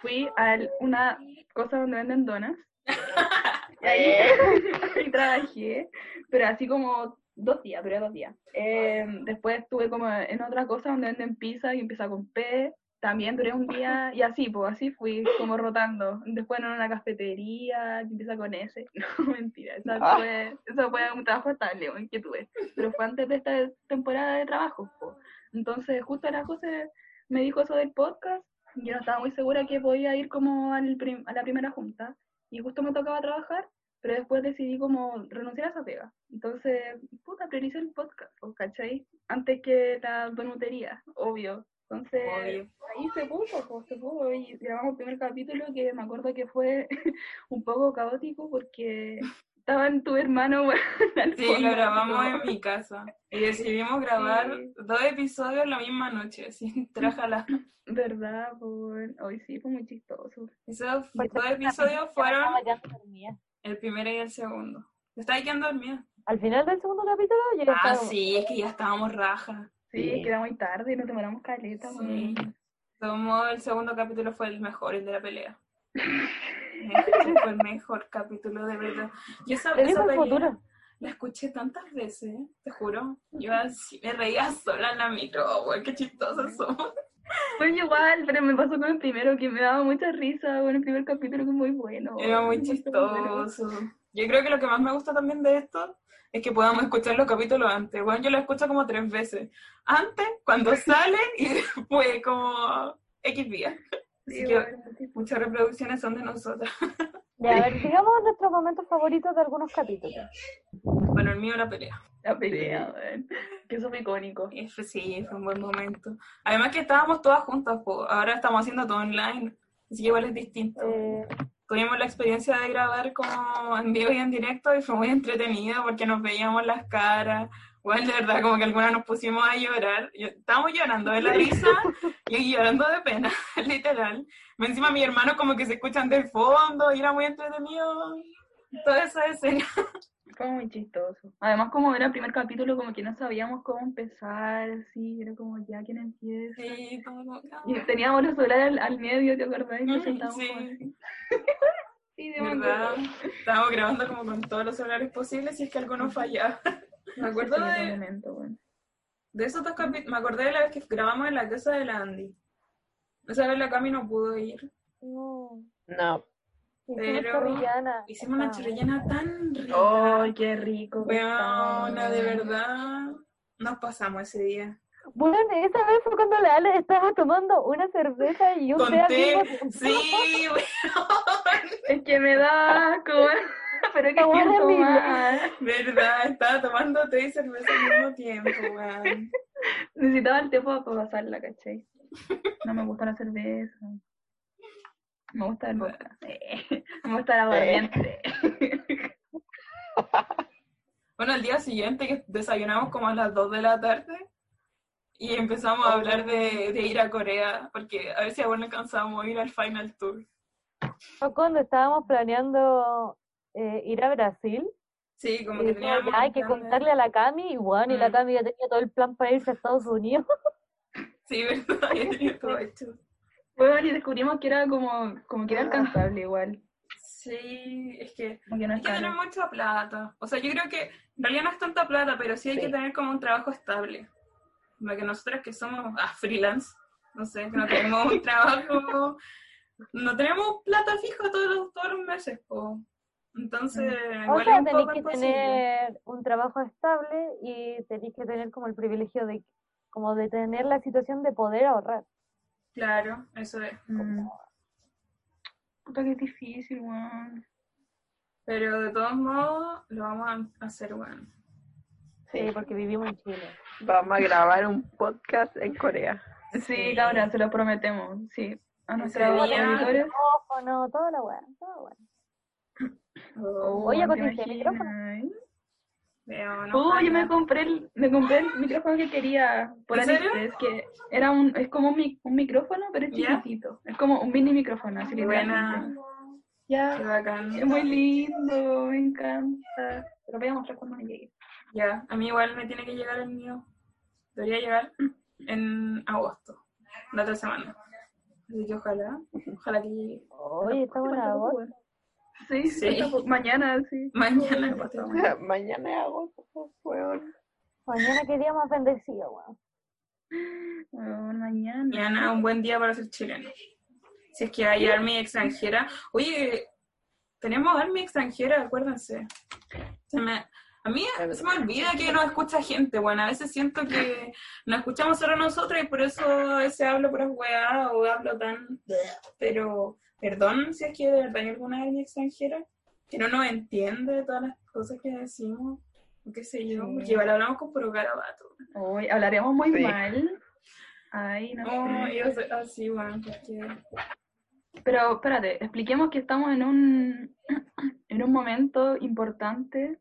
Fui a el- una cosa donde venden donas. Y ahí, ahí trabajé, pero así como dos días, duré dos días. Eh, después estuve como en otra cosa donde venden pizza y empieza con P. También duré un día y así, pues así fui como rotando. Después en una cafetería que empieza con S. No, mentira, eso
Ah.
fue, eso fue un trabajo estable weón, que tuve. Pero fue antes de esta temporada de trabajo. po. Entonces, justo a las cosas me dijo eso del podcast. Yo no estaba muy segura que podía ir como al prim- a la primera junta. Y justo me tocaba trabajar, pero después decidí como renunciar a esa pega. Entonces, puta, prioricé el podcast, po, ¿cachai? Antes que la donutería, obvio. Entonces,
Obvio.
ahí se puso, po, se puso. Y grabamos el primer capítulo que me acuerdo que fue un poco caótico porque estaban tu hermano, weón, al
Sí,
fondo,
lo
así
grabamos
como-
en mi casa. Y decidimos grabar
Sí.
dos episodios la misma noche, sin trájala.
¿Verdad? Por... Hoy sí, fue muy chistoso.
Esos
Porque
dos
al final
episodios
ya
fueron
estaba quedando dormida.
el primero y el segundo. Yo estaba ahí quedando dormida.
Al final del segundo capítulo yo ya
Ah,
estaba-
sí, es que ya estábamos raja.
Sí,
Sí.
queda muy tarde y nos demoramos caleta.
Sí.
weón.
Tomó el segundo capítulo fue el mejor, el de la pelea. Este fue el mejor capítulo de verdad. Yo esa,
Te
esa
digo el
pelea
futuro.
la escuché tantas veces, te juro. Yo así me reía sola en la micro, güey, qué chistosos somos.
Fue Pues igual, pero me pasó con el primero que me daba mucha risa. Bueno, el primer capítulo que es muy bueno.
Era muy
muy bueno.
chistoso. Yo creo que lo que más me gusta también de esto es que podamos escuchar los capítulos antes. Bueno, yo lo escucho como tres veces. Antes, cuando salen y después como X días.
Sí,
Así que
bueno, sí.
muchas reproducciones son de nosotras.
Ya, a ver, digamos nuestros momentos favoritos de algunos capítulos.
Bueno, el mío la pelea.
La pelea, weón. Que eso fue icónico.
Eh, fue- Sí, fue un buen momento. Además que estábamos todas juntas, po. ahora estamos haciendo todo online, así que igual es distinto.
Eh,
Tuvimos la experiencia de grabar como en vivo y en directo y fue muy entretenido porque nos veíamos las caras. Bueno, de verdad, como que algunas nos pusimos a llorar. Yo- estábamos llorando de la risa y llorando de pena, literal. Encima mi hermano como que se escuchan del fondo y era muy entretenido. Toda esa escena.
Fue muy chistoso. Además, como era el primer capítulo, como que no sabíamos cómo empezar. Sí, era como ya, ¿quién empieza?
Sí, todo como, ah,
Y teníamos los celulares al, al medio, ¿te acordás? Y nos sentábamos
sí.
como así. Sí, de
¿Verdad? Estábamos grabando como con todos los celulares posibles y es que alguno fallaba. Me acuerdo de-
momento, weón.
De esos dos capítulos, me acordé de la vez que grabamos en la casa de la Andy. Esa vez la Cami no pudo ir.
no,
No.
hicimos
Pero-
chorrillana.
Hicimos una
Ah.
chorrellana tan rica.
¡Ay, qué rico! que
Weona, de
estaba.
verdad. Nos pasamos ese día.
Bueno, esa vez fue cuando la Ale estaba tomando una cerveza y un té al
Conté.
mismo tiempo.
Sí, weón.
Es que me da asco, pero es que
Estaba
quiero
horrible.
tomar.
Verdad, estaba tomando té y cerveza al mismo tiempo, weón.
Necesitaba el tiempo para pasarla, ¿cachai? No me gusta la cerveza. Me gusta el vodka. Eh, Me gusta la aguardiente.
Bueno, el día siguiente que desayunamos como a las 2 de la tarde y empezamos a hablar de, de ir a Corea, porque a ver si aún alcanzamos a ir al Final Tour.
Fue cuando estábamos planeando eh, ir a Brasil.
Sí, como
y
que
dijimos,
teníamos...
"Ya, hay que
un plan de-
contarle a la Cami. Y bueno, y la
Mm.
Cami ya tenía todo el plan para irse a Estados Unidos.
Sí, verdad, ya tenía todo hecho.
Bueno, y descubrimos que era como, como que era alcanzable igual.
Sí, es que
Como que no
hay
es
que tener
caro.
mucha plata. O sea, yo creo que en realidad no es tanta plata, pero sí hay que
Sí.
tener como un trabajo estable. Como que nosotras que somos ah, freelance, no sé, que no tenemos un trabajo, no tenemos plata fija todos los, todos los meses, po. Entonces,
Mm.
igual
O
es
sea,
un
tenéis
poco
que
imposible.
tener un trabajo estable y tenéis que tener como el privilegio de como de tener la situación de poder ahorrar.
Claro, eso es.
Mm. Puta que es difícil, weón.
Pero de todos modos, lo vamos a hacer, bueno.
Sí,
Sí.
eh, porque vivimos en Chile.
Vamos a grabar un podcast en Corea.
Sí, cabrón, se lo prometemos. Sí. A nuestra
Ese día-
auditorio.
Ojo, no, toda la weá, toda la weá.
Oh,
Oye,
¿te pues,
porque este
imaginas?
micrófono.
Pero no.
Oh, yo me compré el, me compré el micrófono que quería por
¿En serio?
AliExpress, que era un, es como un, mic- un micrófono, pero es
¿Ya?
chiquitito. Es como un mini micrófono, así
Qué buena,
literalmente.
qué
Ya,
bacán.
es muy lindo, me encanta. Te lo voy a mostrar cuando me llegue.
Ya, a mí igual me tiene que llegar el mío. Debería llegar en agosto, la otra semana. Así que ojalá, ojalá que llegue.
Oye, está buena voz.
Sí,
Sí.
sí. hasta mañana, sí.
Mañana, pasado mañana.
Mañana hago, weón.
Mañana qué día más bendecido, weón.
Bueno, mañana.
Mañana un buen día para ser chileno. Si es que hay army extranjera. Oye, tenemos army extranjera, acuérdense. Se me- a mí se me olvida que no escucha gente, bueno, a veces siento que nos escuchamos solo nosotros y por eso a veces hablo por weá o hablo tan... Pero, perdón si es que de verdad hay alguna army extranjera que no nos entiende todas las cosas que decimos, o qué sé yo,
Sí.
porque igual hablamos con puro garabato.
Hoy hablaremos muy
Sí.
mal. Ay, no
No,
sé.
Oh, yo soy así, bueno, porque...
Pero espérate, expliquemos que estamos en un, en un momento importante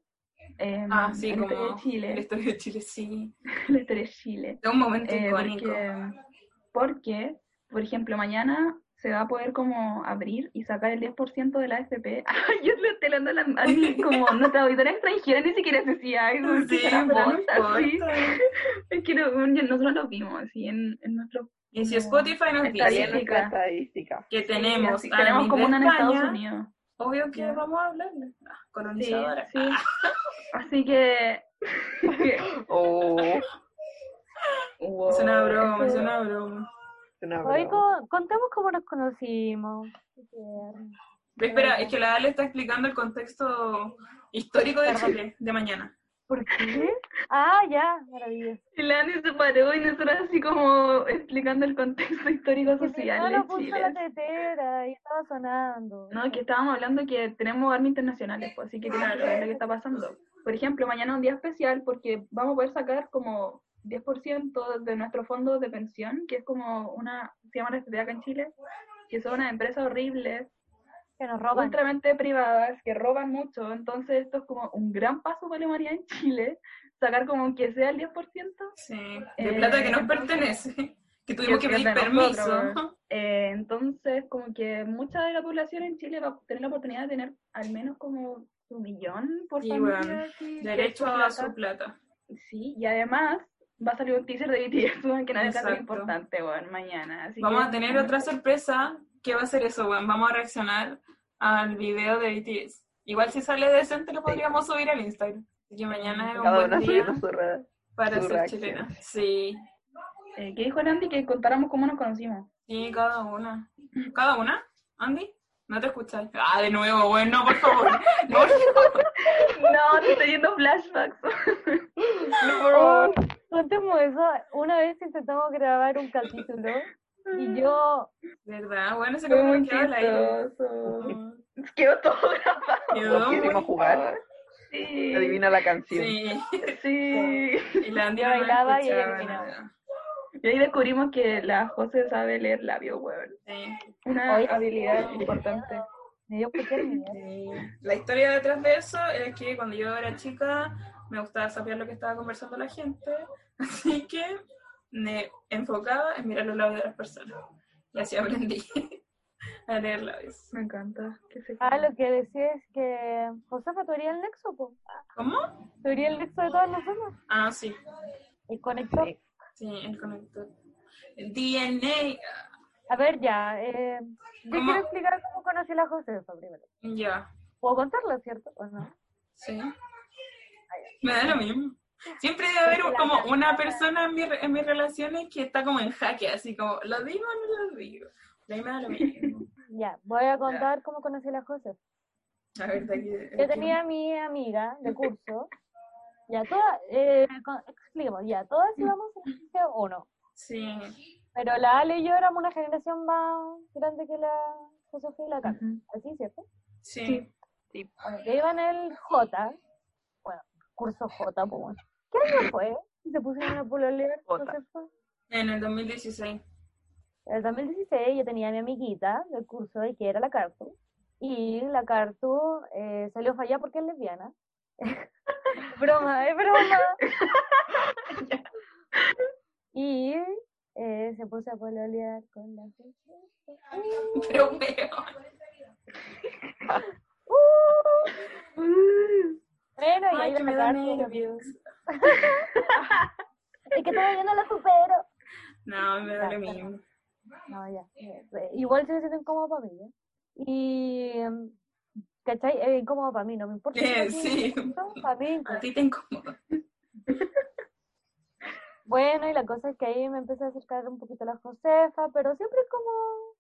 em,
Ah, sí,
en la
como
historia de Chile,
la historia de Chile, sí.
en la historia de Chile.
Es un momento
Eh,
icónico.
porque, porque, por ejemplo, mañana se va a poder como abrir y sacar el 10% de la AFP. Ay, yo le estoy dando la, a mí como nuestra auditora extranjera ni siquiera se hacía eso.
Sí,
que
pero
eran
no
botas, sí.
importa.
Es que no- nosotros lo vimos así en, en nuestro...
Y si Spotify nos
Está
Está
dice
bien.
bien nuestra estadística.
que tenemos,
así,
a
tenemos
Armin
como
de
una en Estados
España,
Unidos.
obvio que
Ya.
vamos a hablarle. Ah,
Sí,
colonizadora.
sí. Así que.
Oh,
Wow,
Es una broma, es
eso-
una broma. Ah,
una
Hoy
broma.
co- contemos cómo nos conocimos.
Pero espera, es que la Ale está explicando el contexto histórico de Chile de mañana.
¿Por qué? Ah, ya, maravilloso.
Y la Ani se paró y nosotros así como explicando el contexto histórico
Que mi
social
hermano
de
puso
Chile.
la tetera y estaba sonando.
No, que estábamos hablando que tenemos armas internacionales, pues, así que tenemos que saber lo que está pasando. Por ejemplo, mañana es un día especial porque vamos a poder sacar como 10% de nuestro fondo de pensión, que es como una, se llama la FP acá en Chile, que son unas empresas horribles
Que nos roban.
ultramente privadas que roban mucho, entonces esto es como un gran paso para la humanidad en Chile, sacar como que sea el 10%,
Sí, de
Eh,
plata que nos pertenece, que tuvimos
que
que
es
pedir
de
permiso.
nosotros. eh, entonces como que mucha de la población en Chile va a tener la oportunidad de tener al menos como un millón por
Sí,
familia.
bueno,
sí,
Derecho
que
a
es plata.
su plata.
Sí, y además va a salir un teaser de BTS, que nadie
Exacto.
sabe lo importante, bueno, mañana. así
Vamos
que-
a tener otra sorpresa que va a ser eso, weón. Vamos a reaccionar al video de BTS. Igual si sale decente lo podríamos subir al Instagram. Así que mañana es un
Cada
buen
una
día
subiendo su red.
para
su
ser
reacción.
chilena. Sí,
Eh, ¿Qué dijo el Andy? Que contáramos cómo nos conocimos.
sí, cada una. ¿Cada una? ¿Andy? No te escuchas. Ah, de nuevo, weón, no, por favor. No, por favor.
No, te estoy yendo flashbacks.
No, por favor.
Oh, Contemos eso. Una vez intentamos grabar un capítulo y yo
¿Verdad? Bueno, se
Fue
como
muy
que quedó al aire.
chistoso.
Ah,
Quedó todo grabado.
Quedó muy-
Quisimos jugar.
Sí.
Adivina la canción.
Sí,
Sí.
y la Andy
Yo
no la
bailaba y ella
escuchaba
adivinaba.
nada.
Y ahí descubrimos que la José sabe leer labios, weón.
Sí.
Una
Oye,
habilidad
sí.
importante.
me dio cualquier miedo.
Sí. La historia detrás de eso es que cuando yo era chica me gustaba saber lo que estaba conversando la gente, así que me enfocaba en mirar los labios de las personas. Y así aprendí a leer labios.
Me encanta. Que se
Ah, lo que decía es que Josefa, tú eres el nexo, po.
¿Cómo?
Tú eres el nexo de todas nosotros.
Ah, sí,
El conector.
Sí.
sí, el conector. El DNA.
A ver, ya. Eh, yo
¿Cómo?
quiero explicar cómo conocí a la Josefa primero.
Ya,
¿Puedo contarlo, cierto? ¿O no?
sí. Me da lo mismo. Siempre debe haber como una persona en, mi re- en mis relaciones que está como en jaque, así como, ¿lo digo o no lo digo? A mí me da lo mismo.
Ya, voy a contar cómo conocí a la Josefa.
La verdad que...
Yo tenía a mi amiga de curso. Ya, todas, eh, con- expliquemos, ya, todas íbamos en liceo uno.
Sí.
Pero la Ale y yo éramos una generación más grande que la Josefina y la Carmen. Así, ¿cierto?
Sí.
Bueno, yo iba en el J, bueno, curso J, pues bueno. ¿Qué año fue? Se pusieron a pololear,
Jota.
Josefa.
en el 2016.
En el 2016 yo tenía a mi amiguita del curso y que era la Cartu. Y la Cartu eh, salió fallada porque es lesbiana. broma, es broma. y eh, se puso a pololear con la gente.
Pero weón.
Bueno, y ahí
Ay, que
la
me da
cagaste.
nervios.
Es que todavía no la supero.
No, me da
Ya,
lo mismo.
No, ya. Eh, Igual sigue siendo incómodo para mí, ¿ya? Y, em, ¿cachai? Es incómodo para mí, no me importa.
Eh, sí.
Para mí, es incómodo.
A ti te incomoda.
Bueno, y la cosa es que ahí me empecé a acercar un poquito a la Josefa, pero siempre como,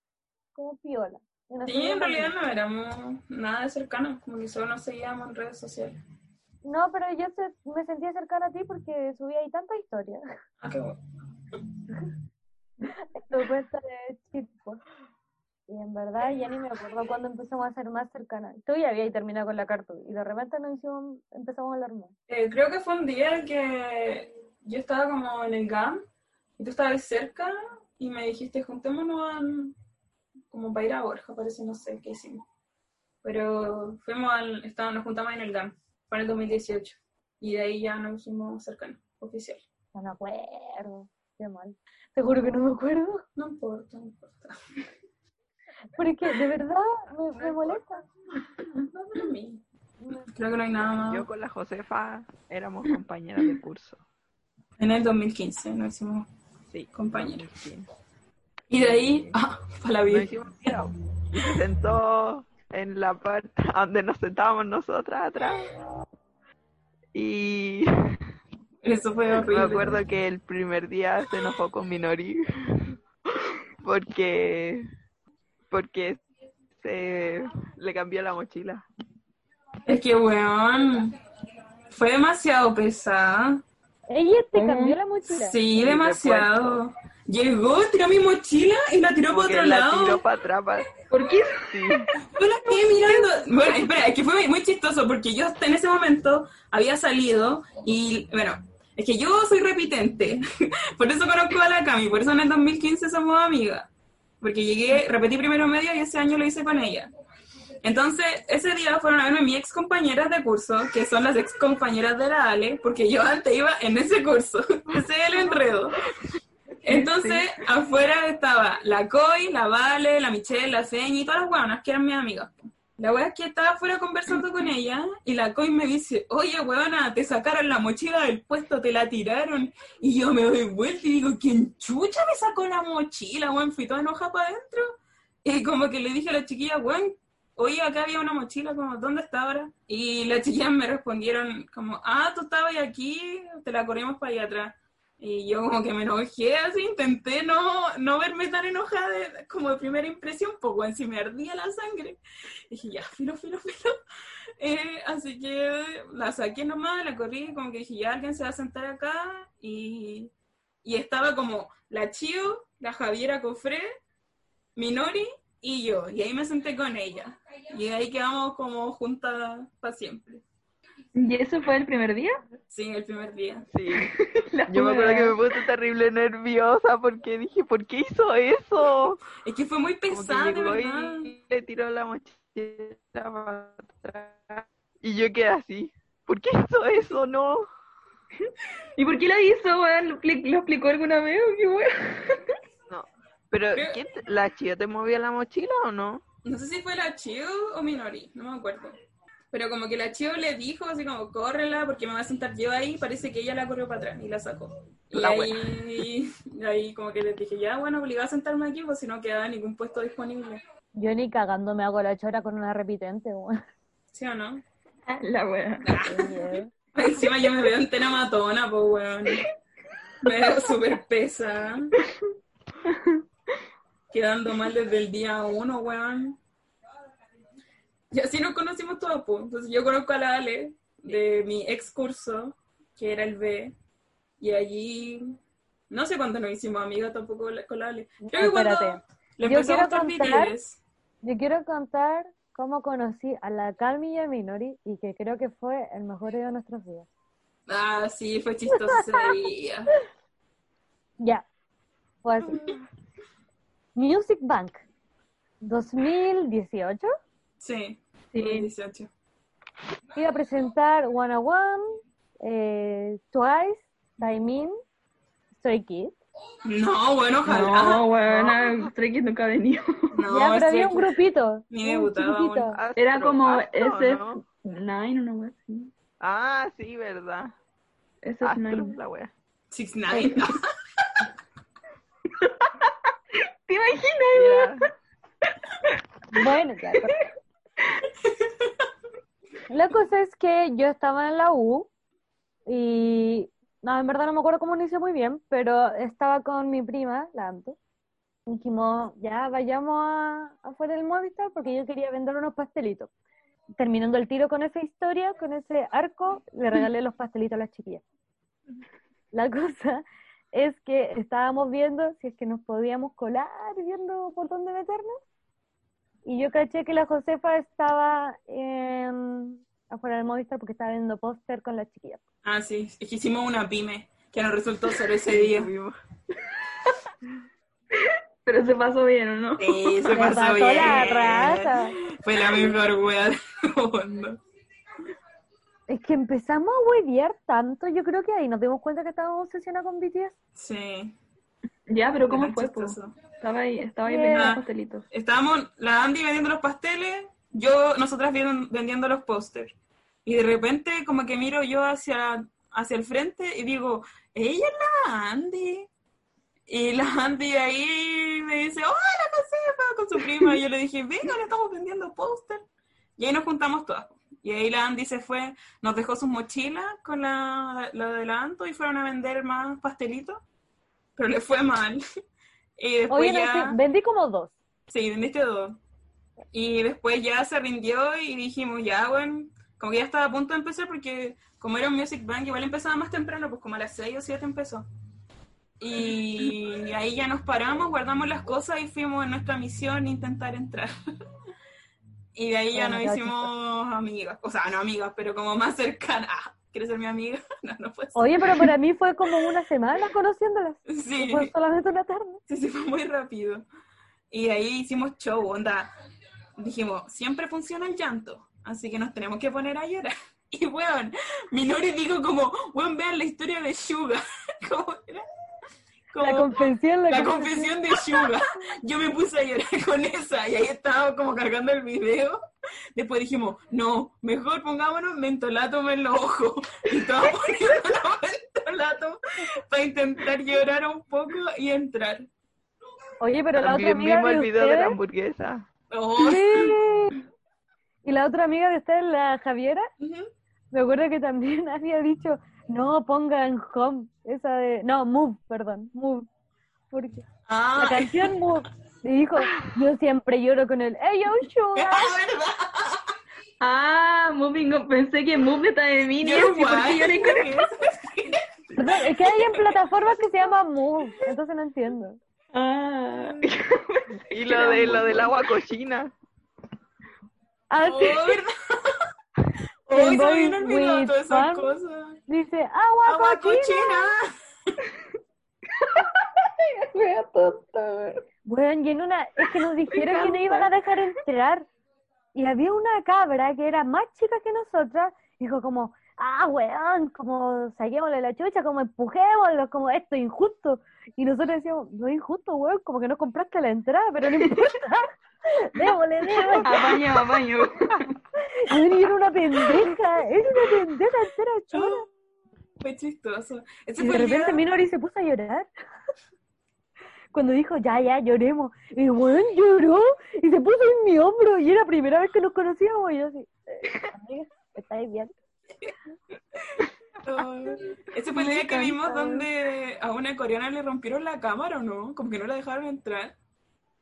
como piola. Y nos
Sí,
seguimos
en realidad
hablando.
no éramos nada de cercanos, como que solo nos seguíamos en redes sociales.
No, pero yo se- me sentía cercana a ti porque subí ahí tanta historia.
Ah, qué bueno.
Tu cuenta de Chitpo. Y en verdad ya ni me acuerdo cuándo empezamos a ser más cercanas. Tú ya habías terminado con la carta y de repente nos hicimos, empezamos a hablar más.
Eh, creo que fue un día que yo estaba como en el GAM y tú estabas cerca y me dijiste, juntémonos al- como para ir a Borja, parece, no sé qué hicimos. Pero fuimos al, estábamos, nos juntamos en el GAM, fue en el 2018. Y de ahí ya nos hicimos cercanos, oficial.
No me acuerdo. Qué mal. Te juro que no me acuerdo.
No importa, no importa.
Porque de verdad me, me molesta.
No, no, mí. Creo que no hay nada más.
Yo con la Josefa éramos compañeras de curso.
En el 2015 nos hicimos
Sí,
compañeros.
sí.
Y de ahí, ah, para la
Nos
vida.
hicimos tirado. Se sentó en la parte donde nos sentábamos nosotras atrás. Y
Eso fue
me
horrible.
acuerdo que el primer día se enojó con Minori. Porque. Porque se le cambió la mochila.
Es que, weón, fue demasiado pesada.
Ella te
Ujú.
cambió la mochila.
Sí,
Y de
demasiado. Llegó, tiró mi mochila y la tiró
Como
para
que
otro
la
lado.
tiró para atrás. pa-
¿Por qué?
Sí.
Yo la quedé mirando. Bueno, espera, es que fue muy chistoso porque yo hasta en ese momento había salido y, bueno, es que yo soy repitente. Por eso conozco a la Cami, por eso en el 2015 somos amigas. Porque llegué, repetí primero medio y ese año lo hice con ella. Entonces, ese día fueron a verme mis ex compañeras de curso, que son las ex compañeras de la Ale, porque yo antes iba en ese curso. Ese es el enredo. Entonces, afuera estaba la Coy, la Vale, la Michelle, la Feñi, todas las hueonas que eran mis amigas. La wea es que estaba afuera conversando con ella y la Coy me dice, oye huevona, te sacaron la mochila del puesto, te la tiraron. Y yo me doy vuelta y digo, ¿quién chucha me sacó la mochila, weón? Fui toda enojada para adentro. Y como que le dije a la chiquilla, weón, oye, acá había una mochila, como, ¿dónde está ahora? Y las chiquillas me respondieron como, ah, tú estabas aquí, te la corrimos para allá atrás. Y yo como que me enojé, así intenté no, no verme tan enojada de- como de primera impresión, pues weón, si me ardía la sangre. dije, ya, filo, filo, filo. Eh, así que la saqué nomás, la corrí, como que dije, ya alguien se va a sentar acá. Y, y estaba como la Chio, la Javiera Cofré, Minori y yo. Y ahí me senté con ella. Y ahí quedamos como juntas para siempre.
¿Y eso fue el primer día?
Sí, el primer día.
Sí. Yo me acuerdo que me puse terrible nerviosa porque dije, ¿por qué hizo eso?
Es que fue muy
Como que
pesada, de
llegó
verdad.
y le tiró la mochila para atrás. Y yo quedé así. ¿Por qué hizo eso? No.
¿Y por qué la hizo, weón? ¿Lo, pli- lo explicó alguna vez o qué, weón?
Pero,
Creo-
¿qué te- ¿la chía te movía la mochila o no?
No sé si fue la Chio o Minori, no me acuerdo. Pero como que la Chio le dijo así como, córrela porque me va a sentar yo ahí, parece que ella la corrió para atrás y la sacó. Y
La
ahí, y ahí como que les dije, ya bueno, obligada a sentarme aquí, pues si no quedaba ningún puesto disponible.
Yo ni cagando me hago la chora con una repitente, weón.
¿Sí o no?
Ah,
La weón.
Qué miedo.
Encima yo me veo entera matona, pues weón. Me veo súper pesa. Quedando mal desde el día uno, weón. Y así nos conocimos todos, pues. Entonces yo conozco a la Ale de mi ex curso, que era el B. Y allí, no sé cuándo nos hicimos amigas tampoco con la- con la Ale. Creo que cuando
Espérate.
le
Yo
empezó a
quiero
gustar
contar-
Titires.
Yo quiero contar cómo conocí a la Cami y a Minori y que creo que fue el mejor día de nuestros días.
Ah, sí, fue chistoso ese día.
Ya, fue así. Music Bank, 2018,
Sí,
Sí.
2018.
iba a presentar One on One, eh, Twice, Taemin, Stray Kids.
No, bueno, ojalá.
Ah,
No,
ah,
weón, Stray Kids nunca ha venido.
No,
ya, pero
Stray
había un
Kids.
grupito.
Ni
un
debutaba aún.
chiquitito.
Astro-
Era como
Astro, ¿no?
SF9, una wea así.
Ah, sí, verdad. Astro,
SF9.
la wea.
Six Nine.
¿Te imaginas?
Era-
Bueno, ya. pero- La cosa es que yo estaba en la U y no, en verdad no me acuerdo cómo inició muy bien, pero estaba con mi prima, la Anto. y Dijimos, ya vayamos a, afuera del Movistar porque yo quería vender unos pastelitos. Terminando el tiro con esa historia, con ese arco, le regalé los pastelitos a las chiquillas. La cosa es que estábamos viendo si es que nos podíamos colar, viendo por dónde meternos. Y yo caché que la Josefa estaba en- afuera del Movistar porque estaba viendo póster con las chiquillas.
Ah, sí. Es que hicimos una pyme que nos resultó solo ese día.
Pero se pasó bien, ¿o no?
Sí, se
Me
pasó,
pasó
bien.
la raza.
Fue la mejor wea del mundo.
Es que empezamos a huevear tanto, yo creo que ahí nos dimos cuenta que estábamos obsesionados con BTS.
Sí.
Ya, pero ¿cómo
era
fue? po?
chistoso.
Estaba ahí, estaba ahí
Yeah.
vendiendo
Ah.
los pastelitos.
Estábamos, la Andy vendiendo los pasteles, yo, nosotras vien- vendiendo los pósters. Y de repente como que miro yo hacia, hacia el frente y digo, ella es la Andy. Y la Andy ahí me dice, hola Josefa, con su prima. Y yo le dije, venga, le estamos vendiendo póster. Y ahí nos juntamos todas. Y ahí la Andy se fue, nos dejó sus mochilas con la, la de la Anto y fueron a vender más pastelitos. Pero le fue mal. Y después
Oye, no
ya...
sé, vendí como dos.
Sí, vendiste dos. Y después ya se rindió y dijimos, ya, bueno, como que ya estaba a punto de empezar porque como era un Music Bank, igual empezaba más temprano, pues como a las 6 o 7 empezó. Y ahí ya nos paramos, guardamos las cosas y fuimos en nuestra misión intentar entrar. Y de ahí ya
Bueno,
nos
qué
hicimos amigas, o sea, no amigas, pero como más cercanas. Ah, ¿Quieres ser mi amiga? No, no puede ser.
Oye, pero para mí fue como una semana conociéndolas.
Sí.
Fue solamente una tarde.
Sí, se fue muy rápido. Y de ahí hicimos show, onda. Dijimos, siempre funciona el llanto, así que nos tenemos que poner a llorar. Y weón, Minori dijo como, weón, vean la historia de Suga. ¿Cómo era?
La
Como,
confesión, la,
la
confesión.
confesión de Suga. Yo me puse a llorar con esa y ahí estaba como cargando el video. Después dijimos, no, mejor pongámonos mentolato en los ojos. Y todos poniéndonos mentolato para intentar llorar un poco y entrar.
Oye, pero la otra
También
amiga
vimos
de
el video de la
ustedes...
hamburguesa.
Oh,
Sí. Y la otra amiga de ustedes, la Javiera,
ujú.
Me acuerdo que también había dicho, no pongan home, esa de, no, move, perdón, move. Porque
Ah,
la canción move. Y dijo, yo siempre lloro con el, hey, yo sugar".
Ah, Moving on. Pensé que Move de Taemin y
yo
así,
igual.
porque yo le
Perdón, es que hay en plataformas que se llama move, entonces no entiendo.
Ah,
Y lo, de, lo del agua cochina.
Ah,
Oh,
sí,
¿verdad? Hoy se me
Boy
habían olvidado
with
todas esas
fun.
cosas.
dice, agua,
Agua
Ah, cochina".
cochina.
Bueno, y en una, es que nos dijeron que no iban a dejar entrar. Y había una cabra que era más chica que nosotras, dijo como, ah, weón, como saquémosle la chucha, como empujémoslo, como esto es injusto. Y nosotros decíamos, no es injusto, weón, como que no compraste la entrada, pero no importa. démosle, démosle.
apaño, apaño.
Y weón, y era una pendeja, era una pendeja entera chora.
Fue chistoso. Ese
Ah. Y de
fue el día-
repente Minori se puso a llorar. Cuando dijo, ya, ya, lloremos. Y el weón lloró y se puso en mi hombro. Y era la primera vez que nos conocíamos. Y yo así, eh, amiga, ¿estáis bien?
Oh, Ese fue el día que vimos donde a una coreana le rompieron la cámara, ¿o no? Como que no la dejaron entrar.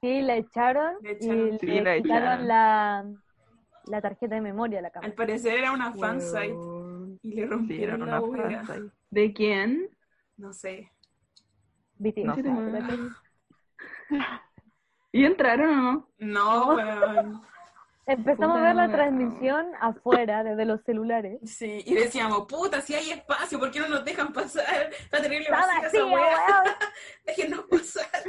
Sí, la echaron.
La echaron.
Y
Sí,
le
la
quitaron
echaron.
la, la tarjeta de memoria a la cámara.
Al parecer era una fansite y le
Sí, era
rompieron
una
la wea.
fansite.
¿De quién?
No sé.
BTS,
No sé.
¿te cachai?
¿Y entraron o no?
No,
No.
weón.
Empezamos
Puta
a ver la
la-
transmisión afuera, desde los celulares.
Sí, y decíamos, puta, si hay espacio, ¿por qué no nos dejan pasar? Está terrible
Estaba
vacía
así,
esa wea.
weón.
Déjenos pasar.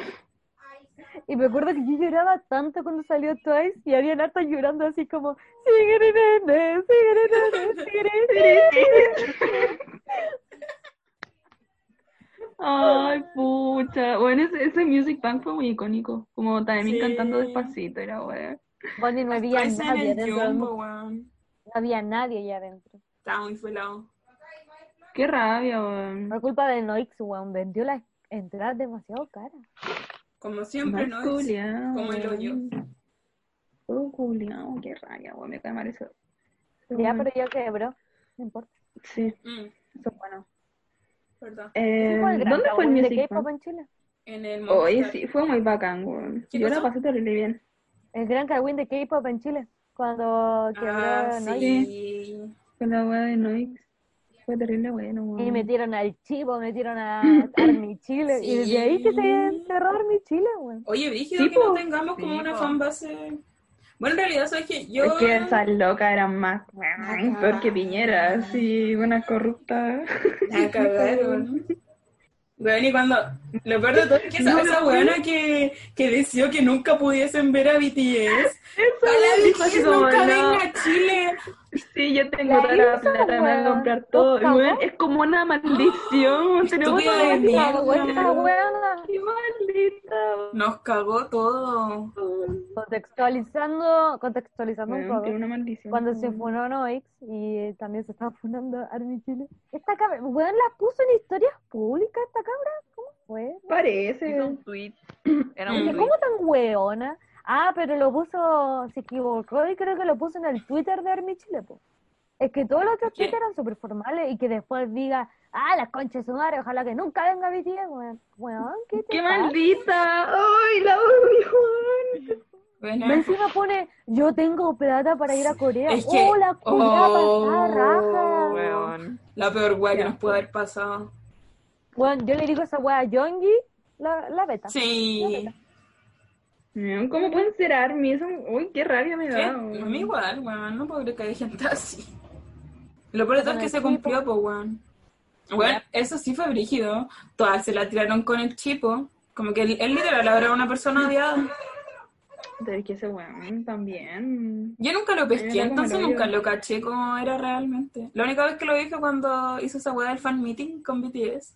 Y me acuerdo que yo lloraba tanto cuando salió Twice y había harta llorando así como "Sigerene, sigerene, sigerene".
Ay, pucha. Bueno, ese, ese Music Bank fue muy icónico. Como también
Sí.
cantando despacito, era bueno.
Bonnie, no había
Ese en
nadie
el
dentro. del
jumbo,
mu-
weón.
No había nadie allá adentro.
Estaba muy pelado.
Qué rabia, weón.
Por culpa de Noix, weón, vendió las entradas demasiado caras.
Como siempre,
Mal
¿no?
culiao,
como el hoyo.
weón. Oh, culiao, qué rabia, weón. Me cae mal eso. Pero
Ya,
bueno,
pero ya quebró. No importa.
Sí,
Mm,
eso es bueno.
¿verdad?
Eh,
Ese fue el gran
¿Dónde fue el
tabú de
Music
K-pop
Bank?
en Chile?
En el
Oye,
Movistar.
sí, fue muy bacán, weón.
¿Qué
Yo la
cosa?
pasé terrible bien.
El gran cagüín de K-pop en Chile. Cuando quebró
Ah,
Noix.
sí.
Con la weá de Noix. Fue terrible bueno, weón.
Y metieron al Chivo, metieron a Army Chile. Y desde ahí que se
Sí.
encerró Army Chile, weón.
Oye, brígido
Sí,
que no
po.
tengamos como
Sí,
una
po.
fanbase. Bueno, en realidad, ¿sabes qué? Yo.
Es que esas locas eran más
Acá.
peor que Piñera, así, buenas corruptas.
La cagaron. Weón, y cuando. Lo peor de todo es que esa,
No,
esa
no,
weona que, que deseó que nunca pudiesen ver a BTS. Ojalá
dijo así
BTS
como,
nunca
no.
venga a Chile.
Sí, yo tengo
La
toda la
hizo,
plata, me voy a
weón.
comprar todo.
Por favor.
Weón, es como una maldición, tenemos
Estúpida
toda
de
la
mierda.
Vergüenza, weón.
¡Qué maldita!
Nos cagó todo.
weón.
Contextualizando, contextualizando un
Weón,
poco.
tiene una maldición.
Cuando se funó Noix y también se estaba funando Army Chile. Esta cabra, weón, la puso en historias públicas esta cabra. ¿Cómo fue?
Hizo
Parece.
un tweet. Era
Mm.
un
Dije,
tweet.
¿Cómo tan weona? Ah, pero lo puso, se equivocó y creo que lo puso en el Twitter de Army Chile, po. Es que todos los otros
¿Qué?
Twitter eran súper formales y que después diga, ah, las conchas de su madre, ojalá que nunca venga BTS, weón. Weón, ¿qué te
¡Qué
pasa?
maldita! ¡Ay, la odio! weón!
Bueno,
Me encima pone, yo tengo plata para ir a Corea.
Es que-
¡Oh, la culiada
oh,
pasada raja!
Weón.
la peor wea que nos puede haber pasado.
Weón, yo le digo esa wea a Yongi, la, la beta.
Sí.
Weón, ¿Cómo pueden ser Army? Eso, uy, qué rabia me
¿Qué?
da.
A
weón.
mí igual, weón. No puedo creer que haya gente así. Lo peor de todo es que se cumplió, pues, weón. Weón, eso sí fue brígido. Todas se la tiraron con el chipo. Como que él, él literal era una persona odiada.
Pero es que ese weón también.
Yo nunca lo pesqué,
Era como
entonces
el hoyo.
nunca lo caché como era realmente. La única vez que lo vi fue cuando hizo esa weá del fan meeting con BTS.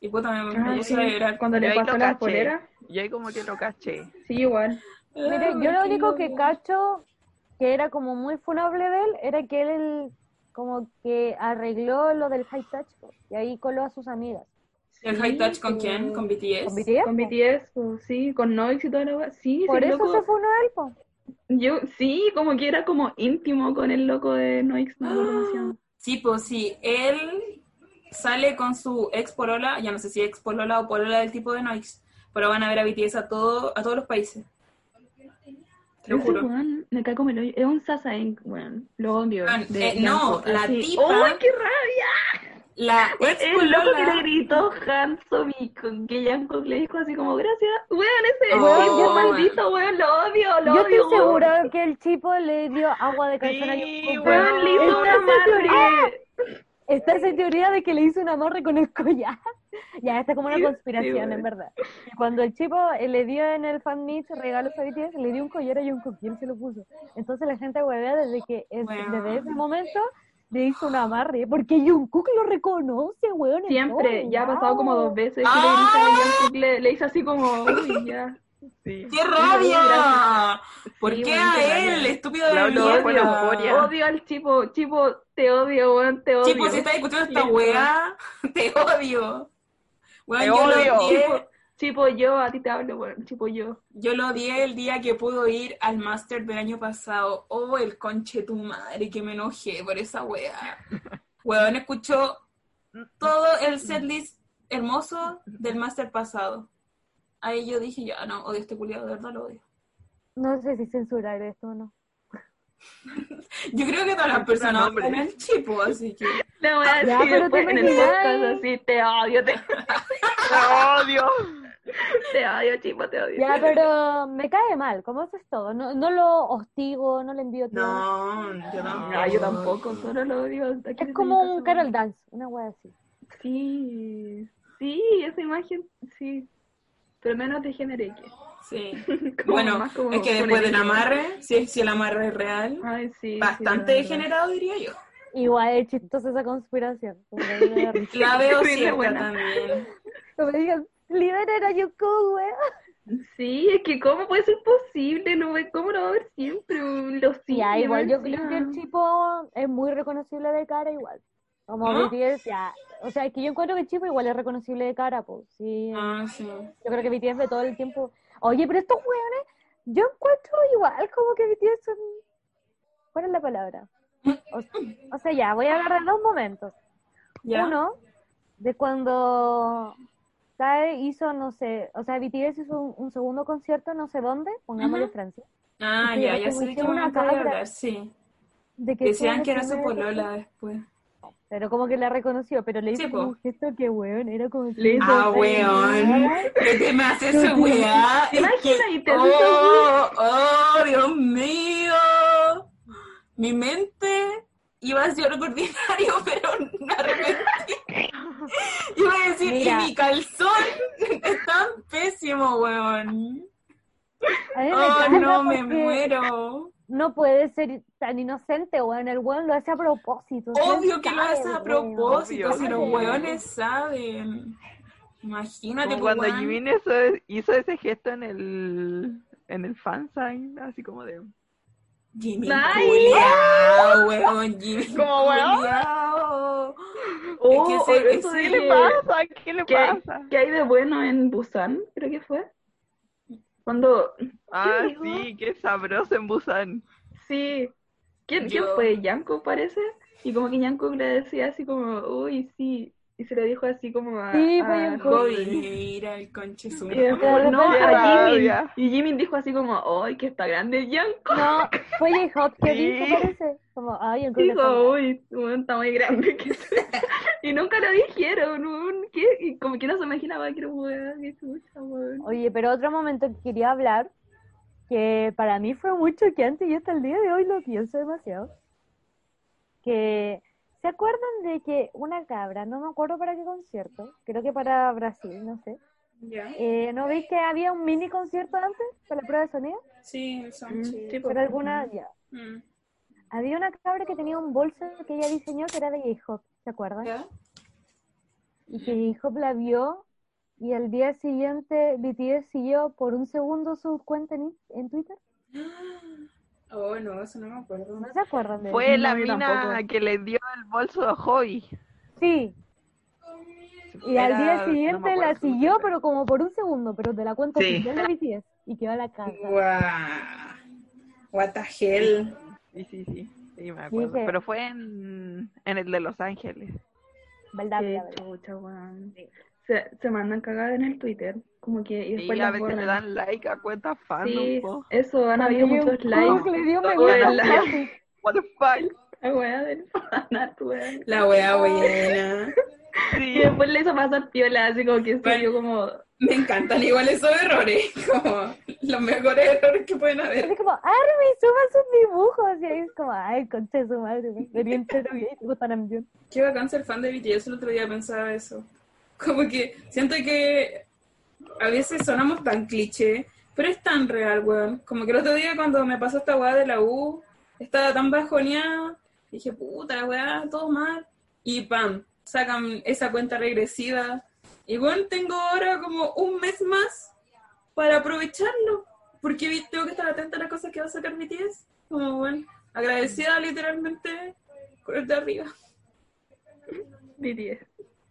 Y puta, me
Ah,
puse
sí,
a llorar.
Cuando
Yo
le
ahí
pasó
lo
la
caché.
polera.
Yo ahí como que lo caché.
Sí, igual.
Mire,
Ah,
yo lo único que cacho que era como muy funable de él era que él como que arregló lo del high touch po, y ahí coló a sus amigas.
¿El high touch con quién? ¿Con BTS?
¿Con BTS?
Con
po.
BTS, pues, sí, con Noix y toda la wea. Sí,
Por
sí,
eso
loco.
se funó él, po.
Yo, sí, como que era como íntimo con el loco de Noix,
Ah,
no me acuerdo cómo se llama.
Sí, pues sí, él sale con su ex polola, ya no sé si ex polola o polola del tipo de Noix, pero van a ver a BTS a, todo, a todos los países. Te lo
Ese
juro.
weón, me cae como el hoyo. Es un Sasaeng, weón. Lo odio.
Ah,
de-
eh, no,
Hanzo,
la
así.
tipa-
¡Uy, qué rabia!
La ex
Es el loco que le
polola.
gritó Hanzo y con que Jungkook le dijo así como, gracias. Weón, ese
Oh,
weón,
weón.
qué maldito, weón, lo odio, lo odio.
Yo estoy
weón.
segura que el chico le dio agua de calzón a
Sí,
Jungkook,
weón,
Weón, le hizo
Está
una
esa teoría.
madre.
Está esa teoría de que le hizo un amarre con el collar. ya, está como una
Sí, sí,
conspiración,
weón.
en verdad. Y cuando el chico eh, le dio en el fan meet regalos a BTS, le dio un collar a Jungkook y él se lo puso. Entonces la gente huevea desde que es-
Weón.
desde ese momento le hizo un amarre. Porque Jungkook lo reconoce, weón. en
Siempre,
todo
ya ha pasado
lado.
como dos veces que
¡Ah!
le grita a Jungkook, le, le hizo así como, uy, ya.
Sí.
¡Qué rabia! ¿Por
Sí,
qué
weón,
a
qué rabia.
él, estúpido de
Claro, lo
mierda?
fue la euforia.
Odio al tipo, tipo, te odio, weón, te odio.
Tipo, si estás discutiendo esta
Listo.
weá, te odio. Weón,
Te
yo
odio.
lo odié.
Tipo yo, a ti te hablo, weón, tipo yo.
Yo lo odié el día que pudo ir al máster del año pasado. Oh, el conche tu madre, que me enojé por esa wea. Weón escuchó todo el setlist hermoso del máster pasado. Ahí yo dije, ya no, odio a este culiado, de verdad lo odio.
No sé si censurar esto o no.
Yo creo que todas las personas
nombre.
odian el chipo, así que.
Le voy a
Ya,
decir
pero
después
te
en el
imaginas.
podcast así, te odio, te,
¡Te odio!
te odio, tipo, te odio.
Ya, pero me cae mal, como eso es todo. No, no lo hostigo, no le envío todo.
No, yo tampoco.
No, Ah, yo tampoco, solo lo odio. Aquí
Es
desde
como
mi
un
casa,
Carol
weón.
Dance, una wea así.
Sí, sí, esa imagen, sí. Pero menos de generique.
Sí.
Como
Bueno,
más como
es que
con
después
el-
del amarre, si, si el amarre es real,
Ay, sí. sí,
bastante
la verdad.
degenerado, diría yo.
Igual es chistosa esa conspiración. como que a mí me da risa.
La veo
Sí,
cierta
buena.
también.
Como que digan, liberen a Yoko, wea.
Sí, es que cómo puede ser posible, no ve cómo lo va a ver siempre, un- los sí,
Ya, ah, igual yo creo que el chipo es muy reconocible de cara igual. Como
¿No?
BTS, ya. O sea, es que yo encuentro que el chipo igual es reconocible de cara, pues. Sí.
Ah, sí.
Yo creo que BTS ve todo el tiempo. Oye, pero estos weones, yo encuentro igual como que BTS son. ¿Cuál es la palabra? O, o sea, ya, voy a hablar de dos momentos.
Ya.
Uno, de cuando Sae hizo, no sé, o sea, BTS hizo un, un segundo concierto, no sé dónde, pongámosle
Ujú.
Francia,
Ah,
Sí,
ya,
es
ya
como
sé de qué
hicieron una
momento voy a
cabra.
hablar, sí.
de que
Decían
fue
que era su
primera-
polola después.
Pero como que la reconoció, pero le hizo
Sí,
como
po.
un gesto que weón, era como
Le hizo
Ah, weón. ¿Qué te me hace esa weá?
Imagina,
Es que-
y te hace esa
oh, oh, Dios mío. Mi mente iba a ser algo ordinario, pero me arrepentí. Iba a decir,
Mira.
y mi calzón es tan pésimo, weón.
A mí me
Oh,
encanta
no, me
porque
muero.
No puede ser tan inocente, weón. El weón lo hace a propósito. o sea,
Obvio que lo
sabe,
haces a
weón.
propósito,
Obvio.
si los
Obvio.
weones saben. Imagínate,
Como
pues,
cuando
weón.
Jimin hizo, e-, hizo ese gesto en el, en el fansign, así como de...
Jimmy
Ay.
culiao, weón, Jimmy
Como weón.
culiao.
Oh,
Es que ese-
eso
ese-
¿Qué
de
le pasa? ¿Qué le
¿Qué,
pasa?
qué hay de bueno en Busan? Creo que fue. Cuando,
Ah,
dijo?
sí, qué sabroso en Busan.
sí, ¿quién,
Yo-
¿quién fue? Yanko parece. Y como que Yanko le decía así como, uy, sí. Y se lo dijo así como a,
Sí,
a
fue Yanko.
Gobi.
Mira el conche su
Y después,
De
no,
repente-
a Jimin.
Rabia.
Y Jimin dijo así como, ay, que está grande Yanko.
No, fue J-Hop que
Sí.
dijo, parece. Como, ay, el culo está
Dijo, uy, bueno, está muy grande. que se-". y nunca lo dijeron. weón, ¿qué? Y como que no se imaginaba que era un weón, que chucha, weón.
Oye, pero otro momento que quería hablar, que para mí fue muy choqueante y hasta el día de hoy lo pienso demasiado, que ¿se acuerdan de que una cabra, no me acuerdo para qué concierto, creo que para Brasil, no sé, eh, ¿no veis que había un mini concierto antes para la prueba de sonido?
Sí, el
Mm,
Sanchi.
sí, po.
Pero alguna, ya.
Mm.
Había una cabra que tenía un bolso que ella diseñó que era de J-Hop, ¿se acuerdan?
¿Ya?
y que J-Hop la vio y al día siguiente BTS siguió por un segundo su cuenta en, in- en Twitter.
Oh, no, eso no me acuerdo.
Eh, ¿No se acuerdan de eso?
Fue la
yo
mina
tampoco.
que le dio el bolso a Hobby.
Sí, y al
Era-
día
no me
siguiente
acuerdo
la
su nombre.
siguió, pero como por un segundo, pero de la cuenta
Sí.
oficial de BTS y quedó a la casa.
Guau. What the hell.
Sí, sí, sí. Sí, me acuerdo.
Dije-
Pero fue en, en el de Los Ángeles.
Verdad,
Qué
verdad, verdad.
chucha, weón. Se, se mandan cagadas en el Twitter. Como que y
Y
después
a
las
veces
borran.
le dan like a cuentas fandom.
Sí,
po.
eso, han habido
Cuando
muchos
Jungkook
likes.
Le dio me
Todo
gusta
el
al
like.
fanfic.
What the fuck?
La weá del fanart, weón.
La wea buena.
Sí,
Y después le hizo pasar piola, así como que
Bueno.
subió como...
Me encantan igual esos errores. Como los mejores errores que pueden haber.
Es como, Armin, suba sus dibujos. Y ahí es como, ay, concha de su madre. güey. Le dio entero bien, y luego Taramyun.
Qué bacán ser fan de BTS, el otro día pensaba eso. Como que siento que a veces sonamos tan cliché, pero es tan real, weón. Como que el otro día cuando me pasó esta weá de la U, estaba tan bajoneada, dije, puta, la weá, todo mal. Y pam, sacan esa cuenta regresiva. Y weón, tengo ahora como un mes más para aprovecharlo. Porque vi- tengo que estar atenta a las cosas que va a sacar BTS. Como, weón, agradecida literalmente con el de arriba.
BTS.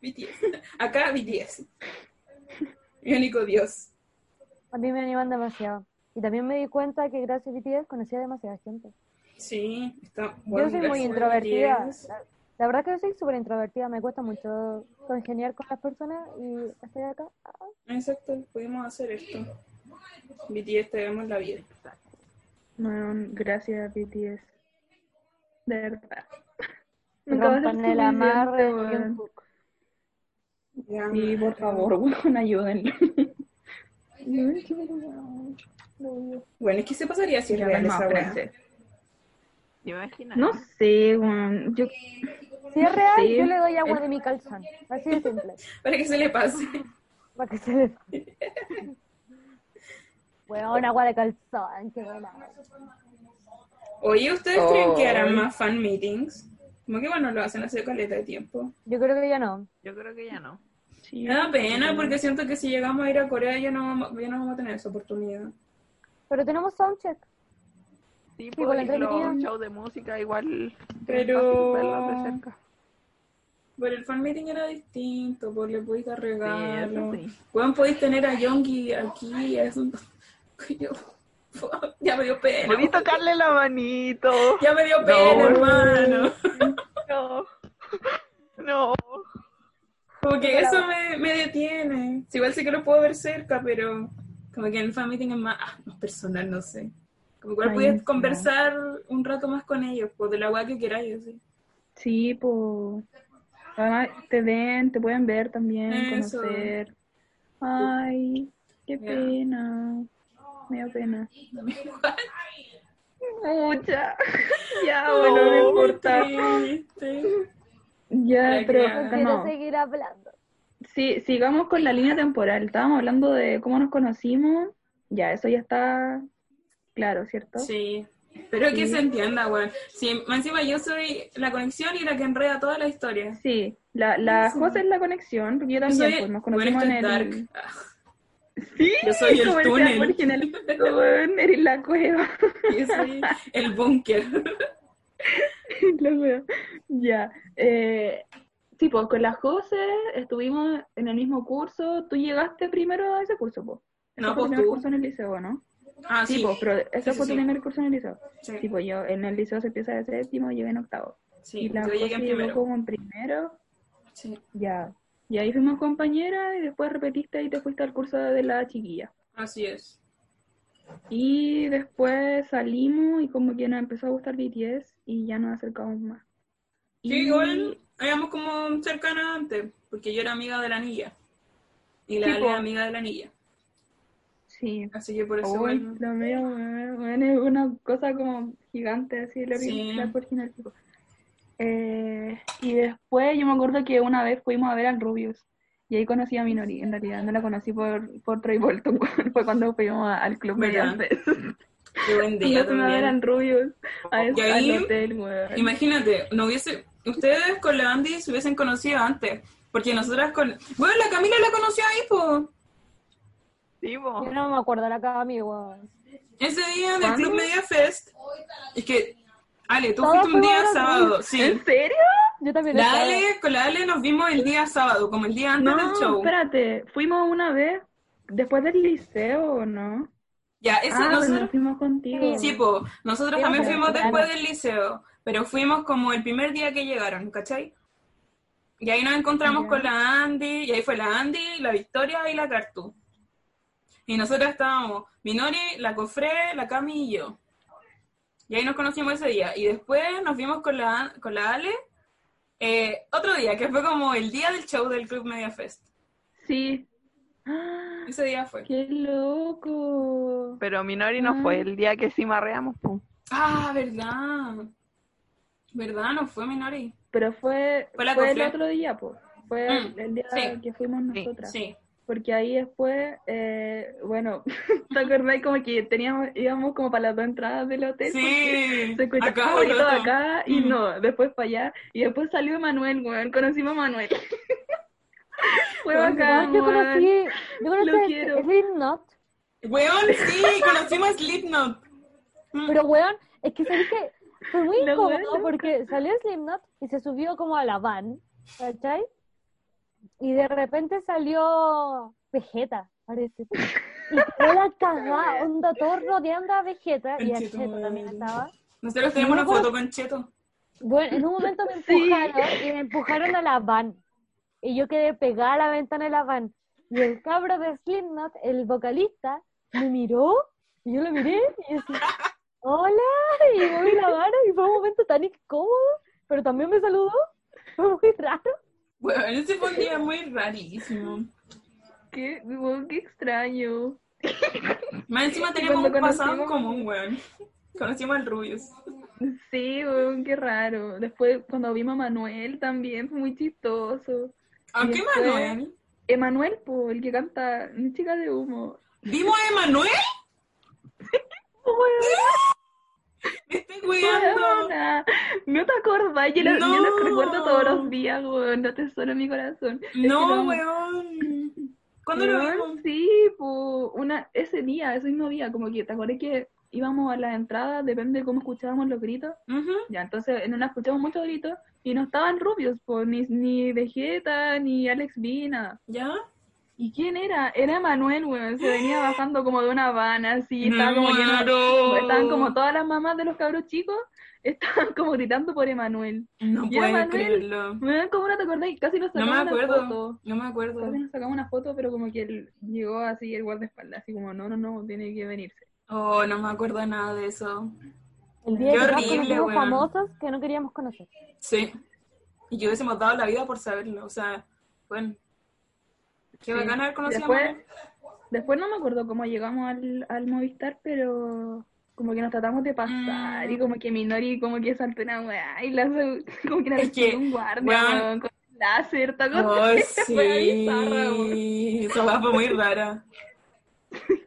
BTS. Acá BTS. Mi único Dios.
A mí me animan demasiado. Y también me di cuenta que gracias a BTS conocía demasiada gente.
Sí, está
Yo soy muy
gracias,
introvertida.
BTS.
La, la verdad que yo soy súper introvertida. Me cuesta mucho congeniar con las personas y estoy acá. ah,
Exacto, pudimos hacer esto. BTS te vemos la vida.
Weón, gracias BTS. De verdad. Nunca va a ser
Rompan el amarre.
suficiente, weón.
Jungkook.
Ya,
Sí, por favor, weón, ayúdenlo. Weón, qué vergüenza.
Bueno, es que se pasaría si es real esa weá.
este.
¿te imaginas?
No sé, weón. Yo
Si es real,
Sí.
yo le doy agua de mi calzón. Así de simple.
Para que se le pase.
Para que se le... Weón, agua de calzón. Qué buena.
Oye, ¿ustedes creen que harán más fan meetings? Como que bueno, lo hacen hace caleta de tiempo.
Yo creo que ya no.
Yo creo que ya no.
Sí.
Me da pena porque siento que si llegamos a ir a Corea ya no vamos, ya no vamos a tener esa oportunidad.
Pero tenemos soundcheck.
Sí,
con
pues
la
y los
entretenida.
shows de música igual es
Pero-
fácil verlos de cerca.
Pero el fan meeting era distinto, porque le podéis dar regalos.
Sí, eso sí.
Weón, podéis tener a Yongi aquí, es un... Yo- Ya me dio pena.
Podí tocarle la manito.
Ya me dio pena,
No.
hermano.
No. No.
Como que eso me, me detiene. Sí, igual sí que lo puedo ver cerca, pero como que en el fan meeting es más, ah, más personal, no sé. Como igual
Ay,
podías
sí.
conversar un rato más con ellos, pues de la weá que queráis, así.
Sí, pues. Además, te ven, te pueden ver también,
Eso.
conocer. Ay, qué
Ya.
pena. Me da pena. Mucha. ya,
No,
Ah, bueno, no importa.
triste.
Ya,
Oh, Ya,
pero
ya.
No
Ah,
quiero
calmado.
seguir hablando.
Sí, sigamos con la línea temporal. Estábamos hablando de cómo nos conocimos. Ya, eso ya está claro, ¿cierto?
Sí. Pero que se entienda, weón. Sí, más encima yo soy la conexión y la que enreda toda la historia.
Sí, la, la
Sí.
José es la conexión, porque yo
Yo
también,
soy-
pues nos
bueno,
conocimos
esto
en
es
el...
dark.
Sí,
Yo soy el
como el
túnel.
árbol genealógico, weón, eres la cueva.
Yo soy el búnker.
La wea. Ya. Eh, sí, pues con la José estuvimos en el mismo curso. Tú llegaste primero a ese curso, pues.
No,
fue
pues
tu primer
tú.
curso en el liceo, ¿no?
Ah,
Sí,
sí.
pues, pero ese
sí,
fue tu
sí.
primer curso en el liceo.
Sí,
Sí, pues yo en el liceo se empieza de séptimo, llegué en octavo.
sí,
y la
yo
José
llegué en
llegó
primero.
como en primero.
Sí.
Ya. Y ahí fuimos compañeras y después repetiste y te fuiste al curso de la chiquilla.
Así es.
Y después salimos y como que nos empezó a gustar BTS y ya nos acercamos más.
Sí,
Y-
igual éramos como cercanas antes, porque yo era amiga de la niña. Y la
Sí,
Ale
po.
era amiga de la niña.
Sí.
Así que por eso,
Uy,
bueno.
lo mío, weón, weón, es una cosa como gigante, así, lo
Sí.
que la original. tipo. Eh, y después yo me acuerdo que una vez fuimos a ver al Rubius. Y ahí conocí a Minori, en realidad no la conocí por, por Troy Bolton, fue cuando fuimos a- al club de
¿Verdad?
antes.
Qué buen
Y
día
fuimos a ver
también.
al Rubius, a
Y
ese,
ahí-
al hotel, weón.
Imagínate, no hubiese, ustedes con la Andy se hubiesen conocido antes. Porque nosotras con. Bueno, la Camila la conoció ahí, po.
Sí, po.
Yo no me acuerdo la cara, amigo.
Ese día del
¿Cuándo?
Club Media Fest. Es que, Ale, tú
Todos
fuiste un día
fuimos a la
sábado, sí.
¿En serio?
Yo también
La
estaba.
Ale, con la Ale nos vimos el día sábado, como el día antes del
No,
show.
espérate, fuimos una vez después del liceo, ¿no?
Ya, eso
ah,
nosotros.
bueno, fuimos contigo.
Sí, po, nosotros
Fuimos
también
a la
fuimos
temprana.
después del liceo, pero fuimos como el primer día que llegaron, ¿cachai? Y ahí nos encontramos
Ya.
con la Andy, y ahí fue la Andy, la Victoria y la Cartu. Y nosotros estábamos Minori, la Cofre, la Cami y yo. Y ahí nos conocimos ese día. Y después nos vimos con la, con la Ale eh, otro día, que fue como el día del show del Club Media Fest.
Sí. Ah,
Ese día fue.
¡Qué loco!
Pero Minori no
Ah.
fue el día que sí marreamos, po.
Ah, verdad. ¿Verdad? No fue Minori.
Pero fue,
Fue la
fue el
cofre.
otro día, po. Fue
Mm,
el día
sí.
que fuimos
Sí,
nosotras.
Sí.
Porque ahí después, eh, bueno, ¿te acordás? Como que teníamos, íbamos como para las dos entradas del hotel.
Sí,
porque Se escuchaba
acá,
un grito
rato.
acá y
Mm.
no, después para allá. Y después salió Manuel, weón. Conocimos a Manuel. Fue
Weón,
bacán,
Yo
weón.
conocí, yo conocí
Lo
a
quiero.
Slipknot,
Weón, sí, conocimos a Slipknot. Mm.
pero weón, es que sabes que fue muy
La weá
incómodo porque salió Slipknot y se subió como a la van, ¿cachai? Y de repente salió Vegeta, parece. Y fue la cagada, onda, todos rodeando a Vegeta y a
Conchito
Cheto
madre.
también estaba.
Nosotros tenemos una foto con Cheto.
Bueno, en un momento me
Sí.
empujaron y me empujaron a la van. Y yo quedé pegada a la ventana de la van. Y el cabro de Slipknot, el vocalista, me miró y yo lo miré y yo así, hola, y me vi la mano y fue un momento tan incómodo, pero también me saludó. Fue muy raro.
Weón, ese fue un día muy rarísimo.
Qué, weón, qué extraño.
Más encima tenemos un
cuando
pasado en
conocimos-
común, weón. Conocimos al Rubius.
Sí, weón, qué raro. Después, cuando vimos a Manuel también, fue muy chistoso.
Aunque
después-
Manuel.
Emanuel, po, el que canta Mi chica de humo.
¿Vimos a Emanuel? Me estoy cuidando.
Weona, No te acordás, yo, lo- yo
No.
los recuerdo todos los días, weón, no te solo mi corazón.
No,
no.
weón. ¿Cuándo lo
Weón,
vimos?
Sí, po, una, ese día, ese mismo día, como que te acordás que íbamos a las entradas, depende de cómo escuchábamos los gritos.
Ujú.
Ya, entonces en una escuchamos muchos gritos y no estaban rubios, po, ni, ni Vegeta, ni Alex B, nada.
¿Ya?
¿Y quién era? Era Manuel, weón, se venía bajando como de una habana, así, estaba como lleno de-
Muero.
Estaban como todas las mamás de los cabros chicos, estaban como gritando por Emanuel.
No
Ya,
puedo
Manuel.
creerlo.
Weón, ¿Cómo no te acordáis? Casi nos
No
sacamos
me
una
acuerdo.
foto.
No me acuerdo.
Casi nos sacamos una foto, pero como que él llegó así el guardaespaldas, así como, no, no, no, tiene que venirse.
Oh, no me acuerdo nada de eso.
El día
Qué
que todos
horrible,
conocimos
weón.
famosos que no queríamos conocer.
Sí. Y que hubiésemos dado la vida por saberlo. O sea, bueno. Qué
Sí.
bacán haber conocido a
Después,
Manuel.
después no me acuerdo cómo llegamos al, al Movistar, pero como que nos tratamos de pasar
Mm.
y como que Minori como que saltó una weá y la, como que la
Es que,
recibió un guardia
weón.
weón, con láser, todo con
Oh,
weá bizarra, weón.
sí. Esa weá fue muy rara.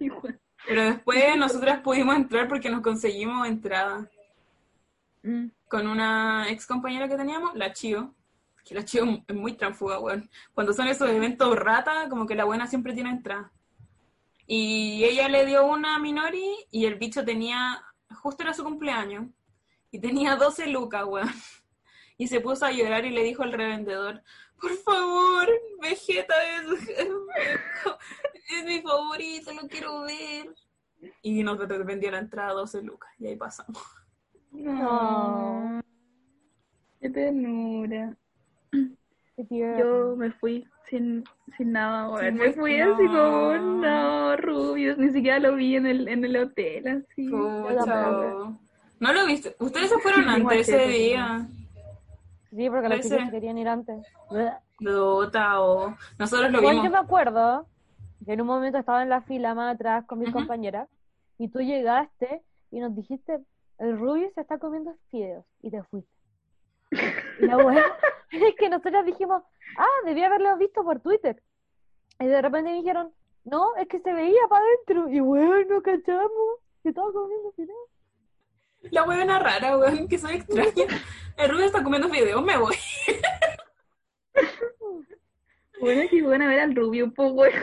Y, weón.
Pero después nosotras pudimos entrar porque nos conseguimos entrada
Mm.
con una ex compañera que teníamos, la Chio. Que la Chio es muy tránfuga, weón. Cuando son esos eventos rata, como que la buena siempre tiene entrada. Y ella le dio una a Minori y el bicho tenía, justo era su cumpleaños, y tenía 12 lucas, weón. Y se puso a llorar y le dijo al revendedor, por favor, Vegeta es, es mi favorito, lo quiero ver. Y nos vendió la entrada 12 lucas y ahí pasamos.
No. Qué ternura.
Qué tierno.
Yo me fui sin, sin nada, weón.
Sin
Me fui
nada.
así como, no, rubios, ni siquiera lo vi en el, en el hotel, así.
Pucha.
tampoco.
No lo viste. Ustedes se fueron
Sí,
antes ese
guachete,
día.
Sí, porque los
Ese.
chicos se querían ir antes.
Dota o... Nosotros lo
Igual yo
vimos.
me acuerdo que en un momento estaba en la fila más atrás con mis
Ujú.
compañeras y tú llegaste y nos dijiste, el Rubio se está comiendo fideos y te fuiste. Y la weá es que nosotras dijimos, ah, debí haberlo visto por Twitter. Y de repente me dijeron, no, es que se veía para adentro. Y weón, no cachamos. Que estaba comiendo fideos.
La huevona rara, weón, que soy extraña. El Rubio está comiendo videos, me voy.
Bueno, es que bueno ver al rubio, po, weón.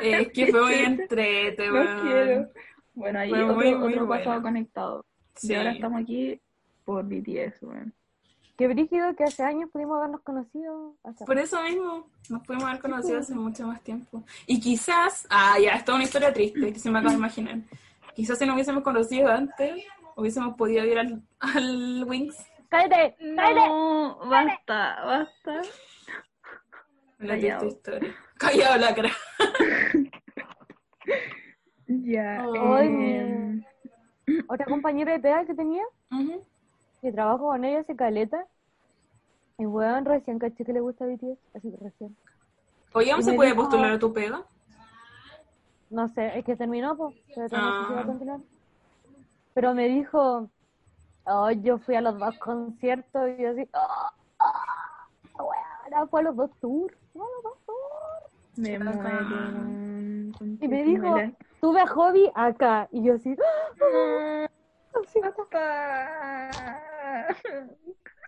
Es que fue muy entrete,
Los quiero.
weón.
Bueno, ahí
Fue
otro,
muy, muy
otro pasado
bueno.
conectado.
Sí.
Y ahora estamos aquí por BTS, weón.
Qué brígido que hace años pudimos habernos conocido. Hace-
Por eso mismo, nos pudimos haber conocido hace mucho más tiempo. Y quizás, ah, ya, esta es una historia triste que se me acaba de imaginar. Quizás si nos hubiésemos conocido antes, hubiésemos podido ir al, al Wings.
¡Cállate! ¡Cállate!
No, basta, basta.
Una
Callao.
triste historia. Callado la cara.
Ya.
Ay,
em,
Otra compañera de pega que tenía que trabajo con ella hace caleta. Y weón, recién caché que le gusta BTS, así que recién.
Oye, ¿aún
Y
se
me
puede
dijo-
postular a tu pega?
No sé, es que terminó, pues, pero todavía no sé si va
Ah.
a continuar. Pero me dijo, oh, yo fui a los dos conciertos y yo así, oh, oh, weón, fue a los dos tours, fue a los dos tours.
me
Acá.
muero.
Y me dijo, tuve hobby acá. Y yo así, "Oh,
No,
"Ah, sí".
papá.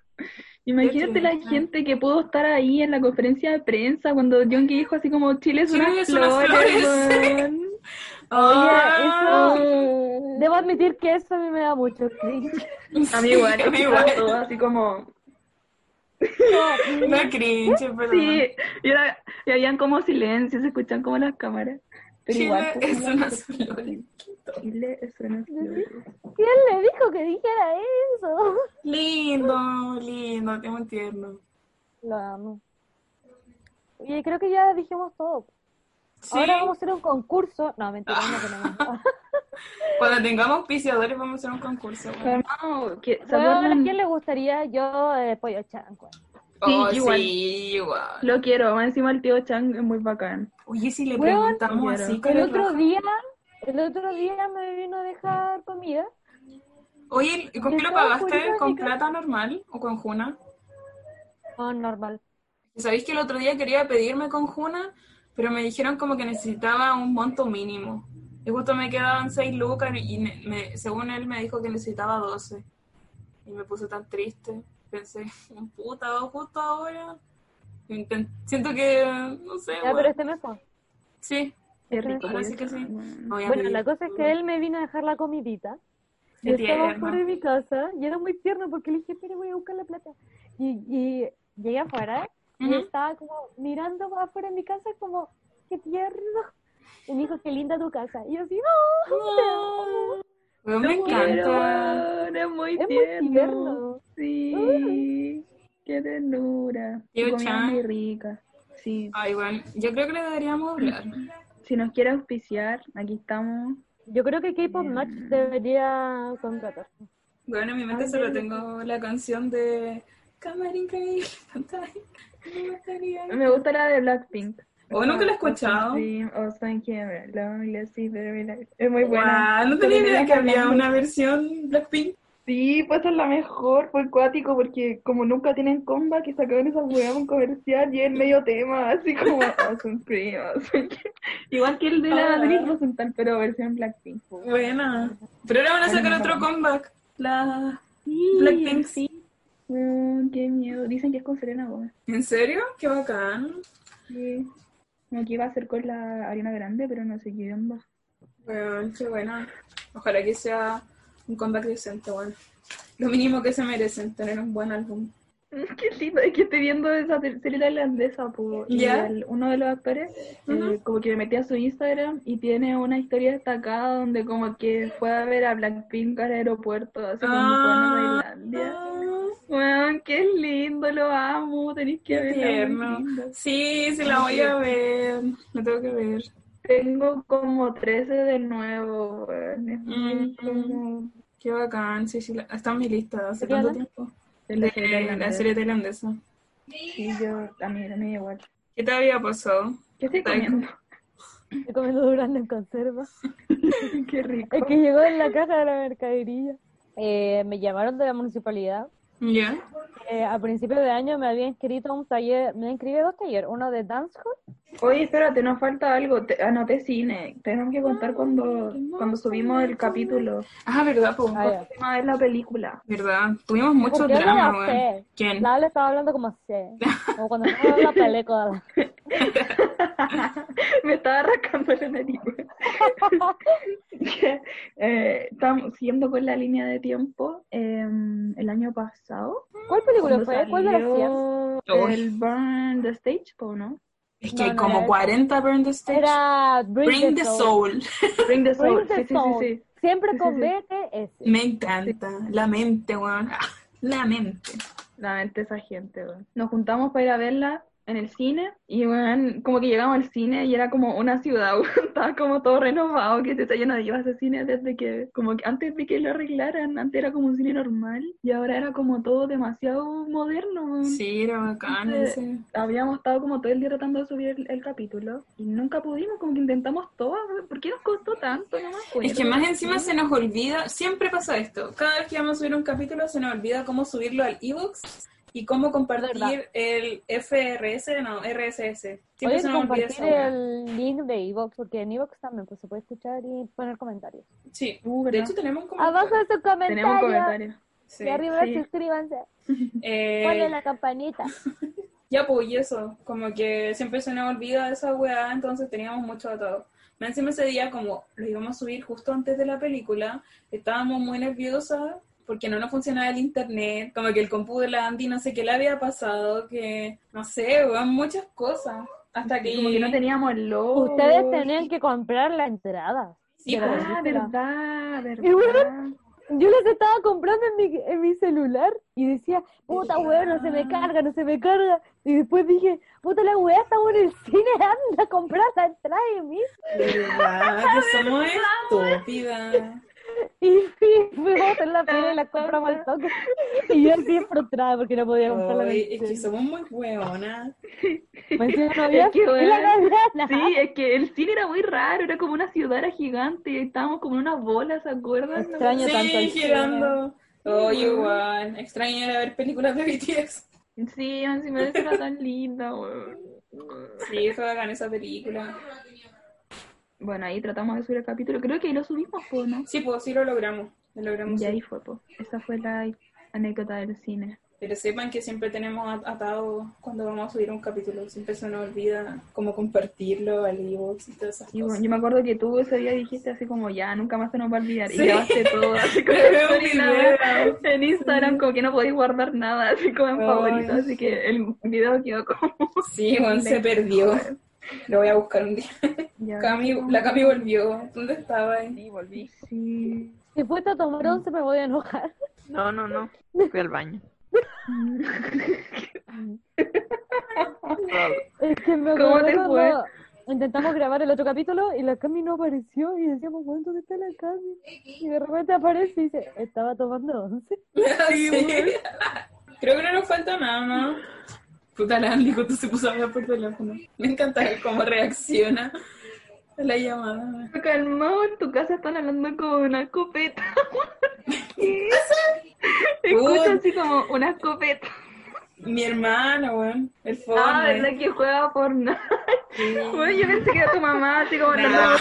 Imagínate la
triste.
gente que pudo estar ahí en la conferencia de prensa cuando John dijo así como Chile es
Chile
unas
es unas
flores,
flores.
weón".
Ah,
Oh.
Debo admitir que eso a mí me da mucho cringe.
A mí igual,
sí, a mí
estaba
igual.
todo así como
No cringe, es verdad.
sí, y, era- y habían como silencios, se escuchan como las cámaras. Pero
Chile
igual pues,
es
como-
unas flores.
Chile es unas flores.
¿Quién le dijo que dijera eso?
Lindo, lindo, te amo tierno.
Lo amo. Y creo que ya dijimos todo.
Sí,
Ahora vamos a hacer un concurso. No, mentira, no tenemos.
cuando tengamos auspiciadores vamos a hacer un concurso. Oh, weón.
Wow, que- ¿se
Bueno, ¿A
acuerdan?
quién le gustaría yo eh, pollo chanco?
Sí,
Oh,
igual.
sí, igual.
Lo quiero, más encima el tío Chang es muy bacán.
Oye, si le
Weón,
preguntamos
quiero.
así,
El
cara
otro
roja.
día, el otro día me vino a dejar comida.
Oye, ¿y ¿con qué
Yo
lo
estaba
pagaste?
curiosa,
¿Con
mi
plata normal o con Juna?
No, normal.
Sabéis que el otro día quería pedirme con Juna, pero me dijeron como que necesitaba un monto mínimo. Y justo me quedaban 6 lucas y me- me- según él me dijo que necesitaba 12. Y me puse tan triste. Pensé, puta, oh, justo ahora. Inten- Siento que, no sé,
Ya,
weón.
pero este me fue.
sí.
Qué
Ahora
rico.
Ahora sí
eso.
que sí.
Mm.
Voy a
Bueno,
pedir
la cosa es
todo.
que él me vino a dejar la comidita.
Qué
Yo estaba
tierno.
fuera de mi casa y era muy tierno porque le dije, espera, voy a buscar la plata. Y, y llegué afuera y
Ujú.
estaba como mirando afuera de mi casa como, qué tierno. Y me dijo, qué linda tu casa. Y yo así, no,
Weón, me
Quiero,
encanta.
weón, es muy
es
tierno.
muy tierno.
Sí, qué ternura. Y
Tío
comida
Chan.
muy rica. Sí,
Ay, bueno, yo creo que le deberíamos hablar.
si nos quiere auspiciar, aquí estamos.
Yo creo que K-Pop Match debería contratar.
Bueno, en mi mente solo tengo la canción de Cámara Increíble, pantalla. me gustaría-
Me gusta la de Blackpink.
Oh, nunca la he escuchado.
Sí, also in camera, lonely, sí, very nice. Es muy buena.
Guau, no tenía idea que había una versión Blackpink.
Sí, pues esa es la mejor, fue cuático, porque como nunca tienen comba, que sacaron esa hueá en un comercial y es medio tema, así como Awesome Cream, Awesome Cream. Igual que el de la
Ah.
Dream Rosenthal, pero versión Blackpink.
Buena. Pero ahora van a sacar otro comeback. La
Sí,
Blackpink.
Mm, qué miedo, dicen que es con Serena Gómez.
¿En serio? Qué bacán.
Sí. Como que iba a hacer con la Ariana Grande, pero no sé qué onda.
Bueno, qué buena. Ojalá que sea un comeback decente, bueno. Lo mínimo que se merecen, tener un buen álbum.
Mm, Qué lindo, es que estoy viendo esa te- serie tailandesa, po, y
¿Ya?
el- uno de los actores, eh,
Ujú.
como que me metí a su Instagram y tiene una historia destacada donde como que fue a ver a Blackpink al aeropuerto, así como
Ah.
fue a Tailandia. Weón, qué lindo, lo amo, tenéis que
Qué
verlo.
tierno. Sí, sí, la voy a ver. La tengo que ver.
Tengo como 13 de nuevo, weón, es muy
Mm,
como-
Qué bacán. Sí, sí, la- está en mi lista. Hace
¿De qué
tanto
habla?
tiempo.
de la
De
serie
la
tailandesa.
serie tailandesa.
Sí, yo también, a mí igual.
¿Qué te había pasado?
¿Qué estoy
Está
comiendo?
Estoy comiendo durazno en conserva.
Qué rico.
Es que llegó en la caja de la mercadería. Eh, me llamaron de la municipalidad
¿Ya?
Eh, a principios de año me había inscrito a un taller, me inscribí a dos talleres, uno de dancehall.
Oye, espérate, nos falta algo. Te- anoté cine. Tenemos que
Ah,
contar cuando, cuando subimos el capítulo.
Ah, ¿verdad, po?
Ah, ya.
Última vez la película.
¿Verdad? Tuvimos mucho
¿Por qué no
drama,
la
weón.
sé?
¿Quién?
La Ale estaba hablando como sé, como cuando estaba hablando la película.
Me estaba rascando la nariz. eh, estamos siguiendo con la línea de tiempo. eh, el año pasado.
¿Cuál película
cuando
fue? ¿Cuál versión?
salió
Uy.
El Burn the Stage, ¿o no?
Es que
No,
hay
no
como
era
40 Burn the Stage.
Era Bring,
Bring the Soul.
Bring the Soul.
Bring the
sí, sí,
Soul.
sí, sí.
Siempre
Sí, sí,
con
sí.
BTS.
Me encanta. La mente, weón. Ah, La mente.
Lamento esa gente, weón. Nos juntamos para ir a verla en el cine y, weón, como que llegamos al cine y era como una ciudad, weón. Estaba como todo renovado, que se lleno de llevas ese cine desde que, como que antes de que lo arreglaran, antes era como un cine normal y ahora era como todo demasiado moderno,
Mm.
weón.
Sí, era bacán ese.
Habíamos estado como todo el día tratando de subir el, el capítulo y nunca pudimos, como que intentamos todo, weón. ¿Por qué nos costó tanto? No me acuerdo.
Es que más encima se nos olvida, siempre pasa esto, cada vez que vamos a subir un capítulo se nos olvida cómo subirlo al ebooks y cómo compartir
¿Verdad?
el FRS, no, RSS. Siempre
Oye,
se nos olvida esa
compartir
weá.
el link de Evox, porque en Evox también pues, se puede escuchar y poner comentarios.
Sí,
Uh,
de
¿verdad?
hecho tenemos un comentario.
Abajo de sus
Tenemos un
comentarios.
comentario.
Sí.
Y arriba
sí.
suscríbanse.
Eh,
Ponle la campanita.
Ya, pues, y eso, como que siempre se nos olvida esa weá, entonces teníamos mucho atado. Me encima ese día, como lo íbamos a subir justo antes de la película, estábamos muy nerviosas porque no nos funcionaba el internet, como que el compu de la Andy no sé qué le había pasado, que no sé, weón, muchas cosas. Hasta que.
Como que no teníamos el logo.
Ustedes tenían que comprar la entrada.
Sí,
de la
pues.
Ah,
película.
verdad, verdad.
Y bueno, Yo las estaba comprando en mi, en mi celular y decía, puta weón, no se me carga, no se me carga. Y después dije, puta la weá, estamos en el cine, anda a comprar la entrada de mí.
¿Verdad?
"Ah,
Que somos estúpidas.
Y fui- fuimos en la fila y la compramos al toque. Y yo así frustrada porque no podía comprar la
Ay, es que
entrada.
somos muy weonas.
Me decía, no había
Es que,
fila,
weón,
no había nada.
Sí, es que el cine era muy raro, era como una ciudad era gigante, y estábamos como en unas bolas, ¿se acuerdan?
Extraño.
Sí,
tanto el
girando. Oye, igual. Extraño era ver películas de BTS.
Sí, encima de eso era tan linda, weón.
Sí, fue bacán esa película.
Bueno, ahí tratamos de subir el capítulo. Creo que ahí lo subimos, po, ¿no?
Sí, pues sí lo logramos. Lo logramos.
Y ahí fue, po. Esa fue la anécdota del cine.
Pero sepan que siempre tenemos at- atado cuando vamos a subir un capítulo. Siempre se nos olvida cómo compartirlo al iVoox y todas esas
Y
cosas.
bueno, yo me acuerdo que tú ese día dijiste así como ya, nunca más se nos va a olvidar.
Sí.
Y grabaste todo así como
Grabé un
story la wea,
video.
en Instagram, como que no podéis guardar nada, así como en
Ay.
favorito. Así que el video quedó como.
Sí, Juan se perdió. Lo voy a buscar un día.
Ya,
Cami, la Cami volvió. ¿Dónde estaba?
Sí, volví.
Sí.
Si fuiste a tomar
Mm.
once me voy a enojar.
No, no, no. Fui al baño.
Es que me
¿Cómo
acordé
te
cuando
fue?
intentamos grabar el otro capítulo y la Cami no apareció y decíamos, "Bueno, ¿dónde está la Cami? Y de repente aparece y dice, estaba tomando once.
Sí. Creo que no nos falta nada, ¿no? Puta, la Andy justo se puso a hablar por teléfono. Me encanta ver cómo reacciona a la llamada.
Calmado, en tu casa están hablando con una escopeta. ¿Qué? Escucho
Uy.
así como una escopeta.
Mi hermano, weón. El
Ah,
Fortnite.
verdad que juega Fortnite. Bueno, yo pensé que era tu mamá, así como no,
No.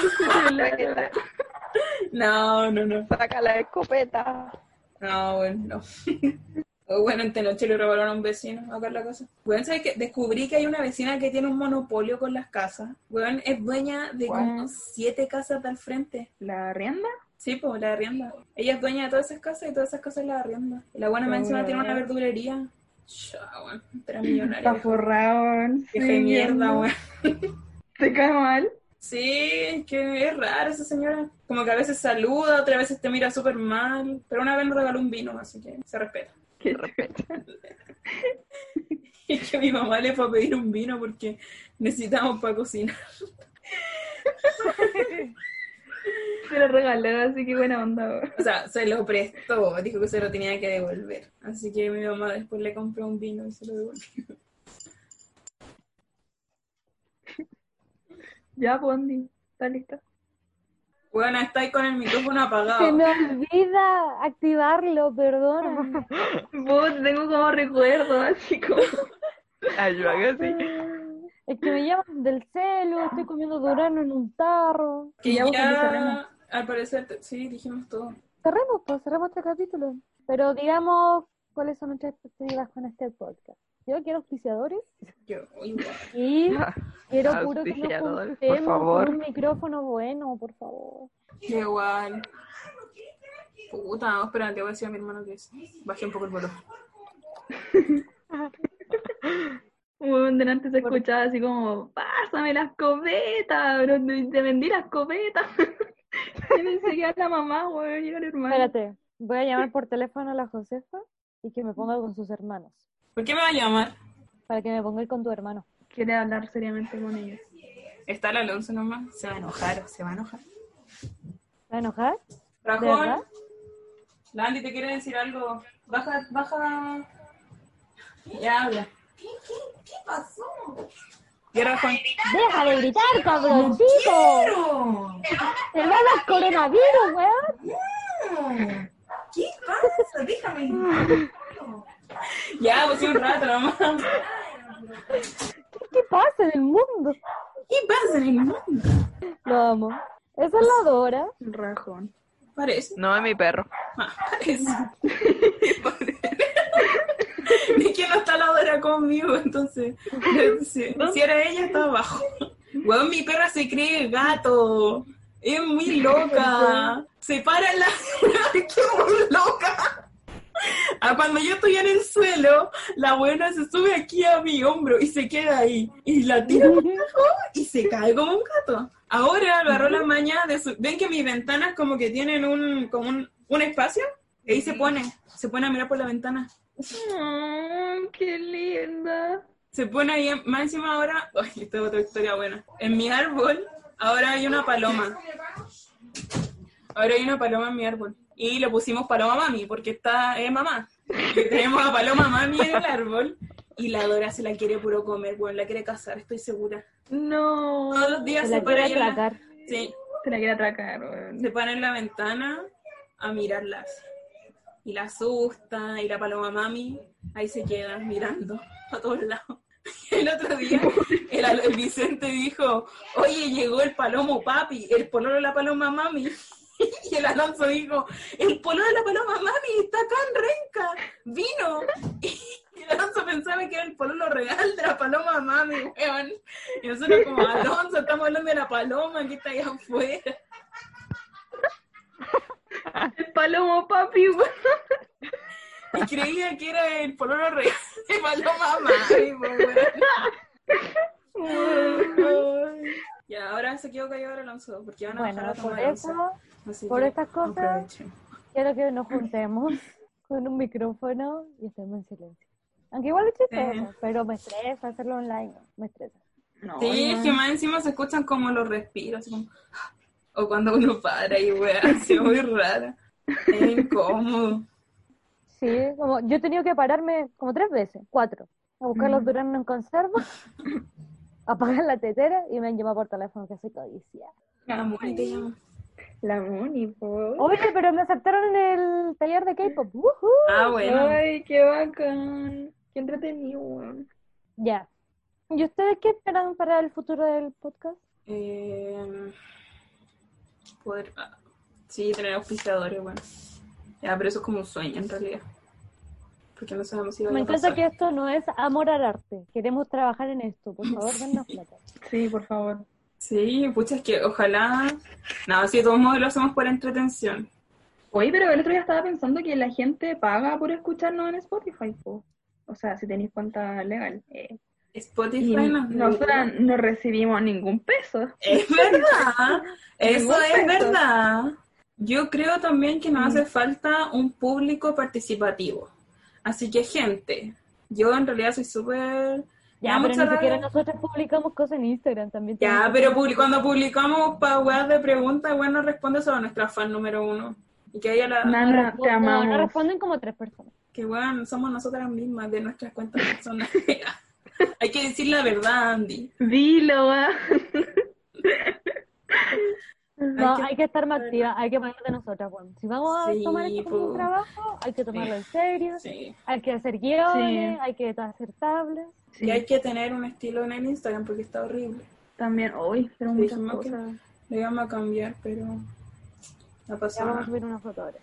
no, no,
No, no, no.
Saca la escopeta.
No, bueno, no. O bueno, en Tenoche le robaron a un vecino acá en la casa. Bueno, ¿sabes qué? Descubrí que hay una vecina que tiene un monopolio con las casas. Bueno, es dueña de como
Guau.
siete casas del frente.
¿La rienda?
Sí, pues la arrienda. Ella es dueña de todas esas casas y todas esas casas las arrienda. Y la buena
Qué
más encima tiene una
buena.
verdulería. Ya, bueno, era
Mm, Está
millonaria.
forrado.
Vieja de mierda, weón.
¿Te cae mal?
Sí, es que es rara esa señora. Como que a veces saluda, otras veces te mira súper mal. Pero una vez nos regaló un vino, así que se respeta.
Qué
Es que mi mamá le fue a pedir un vino porque necesitamos para cocinar.
Se lo regaló, así que buena onda. weón.
O sea, se lo prestó, dijo que se lo tenía que devolver. Así que mi mamá después le compró un vino y se lo devolvió.
Ya, Bondi, ¿está lista?
Bueno, está ahí con el micrófono apagado.
Se me olvida activarlo, perdón.
Vos, tengo como recuerdo, así como.
Ay, yo hago así.
Es que me llaman del celu, estoy comiendo durano en un tarro.
Que
Ya,
ya,
vos cuando cerremos.
al parecer, te- sí, dijimos todo.
Cerremos, pues, cerremos este capítulo. Pero digamos cuáles son nuestras expectativas con este podcast. Yo quiero auspiciadores
Yo, igual.
y quiero puro que nos
Auspiciadores, por
juntemos
favor.
con un micrófono bueno, por favor.
Yo igual. Puta, no, espérate, voy a decir a mi hermano que es. Bajé un poco el volumen.
Weón, delante se escuchaba así como: Pásame la escopeta, bro, te te vendí la escopeta. Yo pensé que era la mamá, weón, y era el hermano.
Espérate, voy a llamar por teléfono a la Josefa y que me ponga con sus hermanos.
¿Por qué me va a llamar?
Para que me ponga con tu hermano.
Quiere hablar seriamente con ellos.
Está el Alonso nomás. Se va a enojar, se va a enojar.
¿Se va a enojar? ¿De
Rajón,
verdad?
Landy te quiere decir algo. Baja, baja. Ya habla. ¿Qué, pasó? Ya Rajón.
¡Deja de gritar, cabroncito! ¡Te van a coronavirus, weón!
¿Qué pasa? Déjame.
Ya, pues sí, un rato nomás.
¿Qué pasa en el mundo?
¿Qué pasa en el mundo?
Lo amo. Esa es la Dora.
Rajón.
Parece.
No, es mi perro.
Ah, parece. Es que no está la Dora conmigo, entonces. Si, si era ella, estaba abajo. Weón, mi perra se cree gato. Es muy loca. Se para en la. ¡Qué muy loca! Ah, cuando yo estoy en el suelo, la buena se sube aquí a mi hombro y se queda ahí. Y la tiro para abajo y se cae como un gato. Ahora agarró la maña de su... ¿Ven que mis ventanas como que tienen un, como un, un espacio? Y ahí se pone. Se pone a mirar por la ventana.
Mm, ¡Qué linda!
Se pone ahí, en- más encima ahora, ay, esta es otra historia buena. En mi árbol, ahora hay una paloma. Ahora hay una paloma en mi árbol. Y le pusimos paloma mami, porque está eh, mamá. Y tenemos a paloma mami en el árbol. Y la Dora se la quiere puro comer, bueno, la quiere cazar, estoy segura.
No.
Todos los días
Se
se,
la
para
quiere
ahí en la,
atracar.
sí,
Se la quiere atracar, weón.
se para en la ventana a mirarlas. Y la asusta, y la paloma mami ahí se queda mirando a todos lados. El otro día el, el Vicente dijo, oye, llegó el palomo papi, el pololo de la paloma mami. Y el Alonso dijo, el pololo de la paloma mami está acá en Renca, vino. Y el Alonso pensaba que era el pololo real de la paloma mami, weón. Y nosotros como, Alonso, estamos hablando de la paloma que está allá afuera.
El palomo papi, weón.
Y creía que era el pololo real de paloma mami, po, weón. Y ahora se quedó callado el Alonso, porque van a
Bueno,
bajar a
por
tomar
eso,
once. Así
por
que
estas cosas,
aprovechen.
quiero que nos juntemos con un micrófono y estemos en silencio. Aunque igual es chistoso, pero me estresa hacerlo online, me estresa.
No,
Sí, es que más encima se escuchan como los respiros, así como, o cuando uno para y wea, así muy rara. Es incómodo.
Sí, como yo he tenido que pararme como tres veces, cuatro, a buscar
Mm.
los duranos en conserva, apagar la tetera y me han llamado por teléfono que soy codicia.
La Ah, muerte llama.
La Moni, po.
Oye, pero me aceptaron en el taller de K-pop. ¡Wujú!
Ah, bueno.
Ay, qué bacán. Qué entretenido, weón.
Ya. ¿Y ustedes qué esperan para el futuro del podcast?
Eh, poder, ah, sí, tener auspiciadores, bueno. Ya, pero eso es como un sueño en realidad. Porque no sabemos si va
Me
a
encanta
pasar.
que esto no es amor al arte. Queremos trabajar en esto. Por favor, dennos plata.
Sí, por favor.
Sí, pucha, es que ojalá... No, sí, de todos modos lo hacemos por entretención.
Oye, pero el otro día estaba pensando que la gente paga por escucharnos en Spotify, po. O sea, si tenéis cuenta legal. Eh,
Spotify
y
nos-
nosotras no recibimos ningún peso.
Es verdad, eso
Ningún
es
peso.
verdad. Yo creo también que
Mm.
nos hace falta un público participativo. Así que, gente, yo en realidad soy súper...
Ya,
Me da
pero
mucha
ni siquiera
rabia.
nosotros publicamos cosas en Instagram también.
Ya,
tenemos-
pero publi- cuando publicamos para weas de preguntas, bueno, responde solo nuestra fan número uno. Y que ella la...
Ah, No
Nana, te
responden- no,
amamos.
no responden como tres personas.
Que weón, somos nosotras mismas de nuestras cuentas personales. Hay que decir la verdad, Andy.
Dilo, ah.
No,
que-
hay que, estar más activa, hay que poner de nosotras. Bueno, si vamos a
Sí,
tomar esto como
po.
un trabajo, hay que tomarlo en serio,
Sí.
hay que hacer guiones,
Sí.
hay que hacer tablas.
Y hay que tener un estilo en el Instagram porque está horrible.
También, hoy, pero
Le
muchas
dijimos que
cosas.
le íbamos a cambiar, pero la
Ya vamos a
pasada.
subir una foto ahora.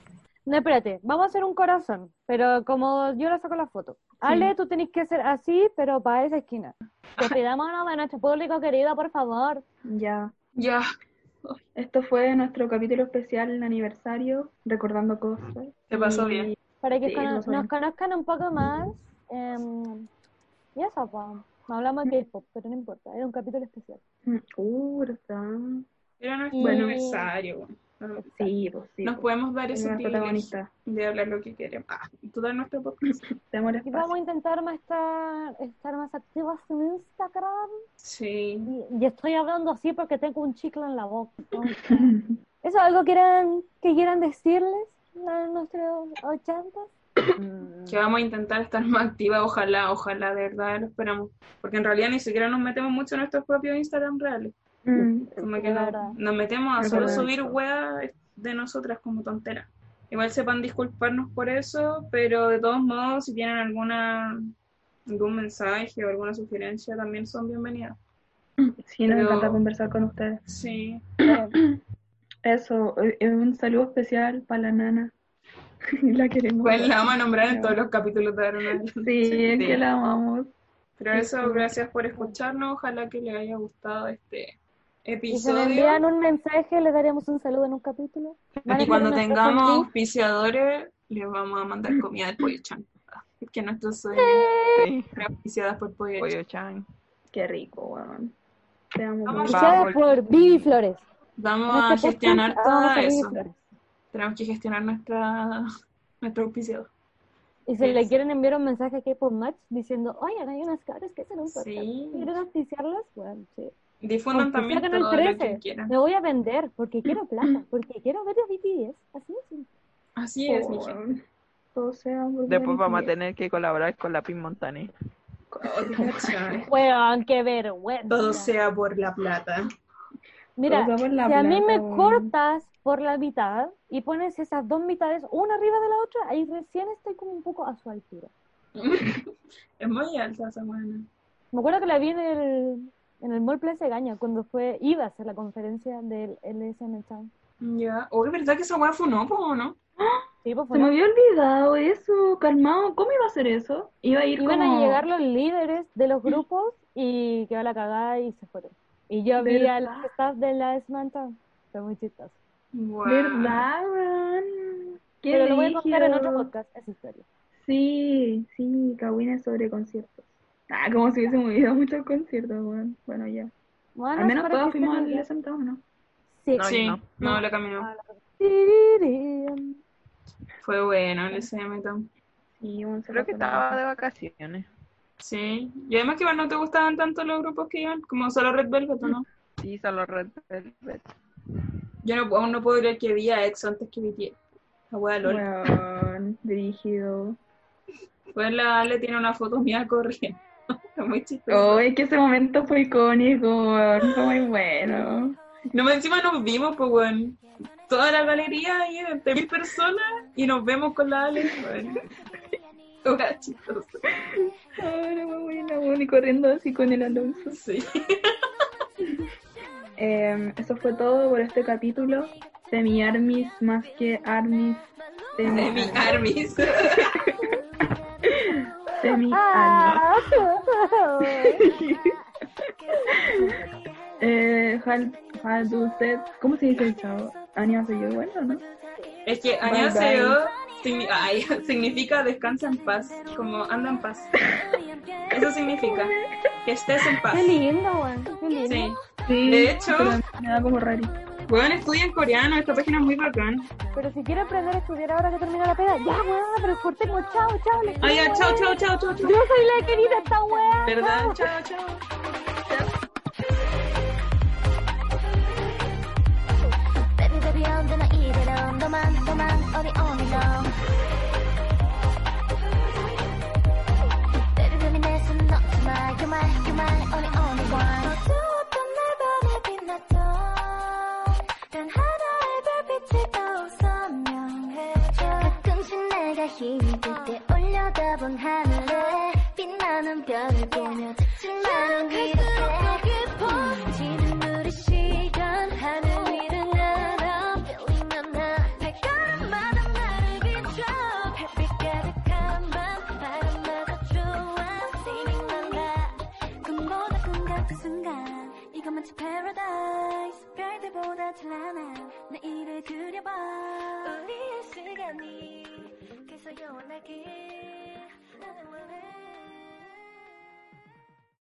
No, espérate, vamos a hacer un corazón, pero como yo le saco la foto. Ale, tú tenés que hacer así, pero para esa esquina. Te pidamos de nuestro este público querido, por favor.
Ya.
Ya.
Esto fue nuestro capítulo especial en aniversario, recordando cosas.
Se Mm. pasó
Y
bien.
Para que
Sí,
cono-
lo saben.
nos conozcan un poco más. em, y eso, pues. No hablamos
Mm.
de K-pop, pero no importa, era un capítulo especial.
Mm, Uh, ¿verdad?
Era nuestro
Y-
aniversario. bueno.
Sí, pues sí.
Nos
pues.
podemos dar ese
Tenemos
privilegio
protagonista.
de hablar lo que queremos. Ah, total nuestro podcast.
Tenemos el
Y
espacio.
vamos a intentar más estar, estar más activas en Instagram.
Sí.
Y, y estoy hablando así porque tengo un chicle en la boca. Entonces, ¿Eso algo quieran, que quieran decirles a nuestros ochentas?
Que vamos a intentar estar más activas, ojalá, ojalá, de verdad, lo esperamos. Porque en realidad ni siquiera nos metemos mucho en nuestros propios Instagram reales.
Mm,
Como que
De
no-
verdad.
nos metemos a
Es
solo
verdad.
subir weas de nosotras como tonteras. Igual sepan disculparnos por eso, pero de todos modos, si tienen alguna algún mensaje o alguna sugerencia, también son bienvenidas.
sí, nos
Pero-
encanta conversar con ustedes.
Sí.
Eso, eh, eh, un saludo especial para la nana. la queremos.
Pues la vamos a nombrar en todos los capítulos de Arona.
Sí, es que la amamos.
Pero eso, gracias por escucharnos. Ojalá que les haya gustado este
Y si nos envían
episodio.
un mensaje, les daremos un saludo en un capítulo. Van a
Y cuando
tener
tengamos
nuestro link.
auspiciadores, les vamos a mandar comida del pollo chan. Que nuestros sueños
Sí,
son auspiciadas por pollo Chan.
pollo chan.
Qué rico, weón. Te amo.
Vamos.
mucho.
Auspiciadas por Vivi Flores.
Vamos
En
a
este
gestionar
podcast
todo
vamos a Vivi
eso.
Flores.
Tenemos que gestionar nuestra, nuestro auspiciador.
Y si le
Sí.
quieren enviar un mensaje a K-Pop Match diciendo, oigan, hay unas cabras que hacen un podcast.
Sí.
¿Quieren auspiciarlas? Bueno, sí.
Difundan
Auspicia
también
Canal
todo lo que
13.
quieran.
Me voy a vender porque quiero plata, porque quiero ver los BTS. Así es.
Así es, mi gente.
weón. Todo sea por
Después
bien
vamos a
y-
tener que colaborar con la Pin Montané.
Weón, qué vergüenza.
Todo sea por la plata.
Mira,
Todo por la
si a mí
plata,
me
weón.
cortas por la mitad y pones esas dos mitades una arriba de la otra, ahí recién estoy como un poco a su altura.
Es muy alta esa buena.
Me acuerdo que la vi en el, en el Mall Plaza de Gaña cuando fue, iba a hacer la conferencia del LSM Town.
Ya. Hoy, ¿verdad que esa weá fue un opo o no?
Sí, pues,
Se me había olvidado eso, calmado. ¿Cómo iba a hacer eso? Iba a ir
Iban
como...
a llegar los líderes de los grupos y quedó la cagada y se fueron. Y yo vi a los
¿Verdad?
staff de la SM Town. Fue muy chistoso.
Guau.
¿Verdad, weón? Qué
Pero lo voy a contar en otro
brígido.
podcast, esa historia.
Sí, sí, Kawina sobre conciertos. Ah, como si hubiésemos vivido muchos conciertos, weón. Bueno, ya.
Bueno,
Al menos
espero
todos
Ah, que
fuimos
estén
al
bien.
Lesson Town, ¿no?
Sí.
No,
Sí,
no.
no, Ah, la caminó.
Tirirín.
Fue bueno el SM Town.
Sí, un
Creo que estaba de vacaciones.
Sí. Y además que igual no te gustaban tanto los grupos que iban, como solo Red Velvet, ¿o ¿no?
Sí, solo Red Velvet.
Yo no, aún no puedo creer que vi a EXO antes que BTS. La wea LOL.
Weón, brígido.
Pues la Ale tiene una foto mía corriendo. Está muy chistoso.
Oh, es que ese momento fue icónico, weón. Fue muy bueno.
No, más encima nos vimos, pues, weón. Toda la galería ahí, 20.000 personas, y nos vemos con la Ale, weón. Toda chistoso.
Ahora muy buena, weón, y corriendo así con el Alonso.
Sí.
Eh, eso fue todo por este capítulo. De mi armis más que armis. De
De mi
mi
Armis.
De mi armis.
Ah.
Eh, Hal, Haluset- ¿Cómo se dice el chavo? ¿Ania soy yo igual o no?
Es que Añaseo significa descansa en paz, como anda en paz. Eso significa que estés en paz.
Qué lindo, weón. Qué lindo.
Sí.
Sí,
De hecho-
pero me da como raro.
Weón, estudia en coreano, esta página es muy bacán.
Pero si quiere aprender a estudiar ahora que termina la peda, ya, weón, pero cortemos. Chao, chao. les
Ay, ya,
quiero,
chao,
weón.
chao, chao, chao, chao.
Yo soy la querida, esta weá.
¿Verdad? Chao, chao.
Baby, baby, 언제나 이대로 너만 너만 어디 오늘도 Baby, baby, 내손 놓지 마 You my, you my only only one 어두웠던 내 밤에 빛났던 단 하나의 별빛이 더 선명해져 가끔씩 내가 힘들 때 올려다본 하늘에 빛나는 별을 보며 지나는 위로해 지는 우리 시간 하늘 위를 날아 밀리면 나 발걸음마다 나를 비춰 별빛 가득한 밤 바람마다 좋아 Seeming 난다 꿈보다 꿈 같은 순간 이것만치 paradise 별들보다 찬란한 내일을 그려봐 우리의 시간이 계속 영원하길 나는 원해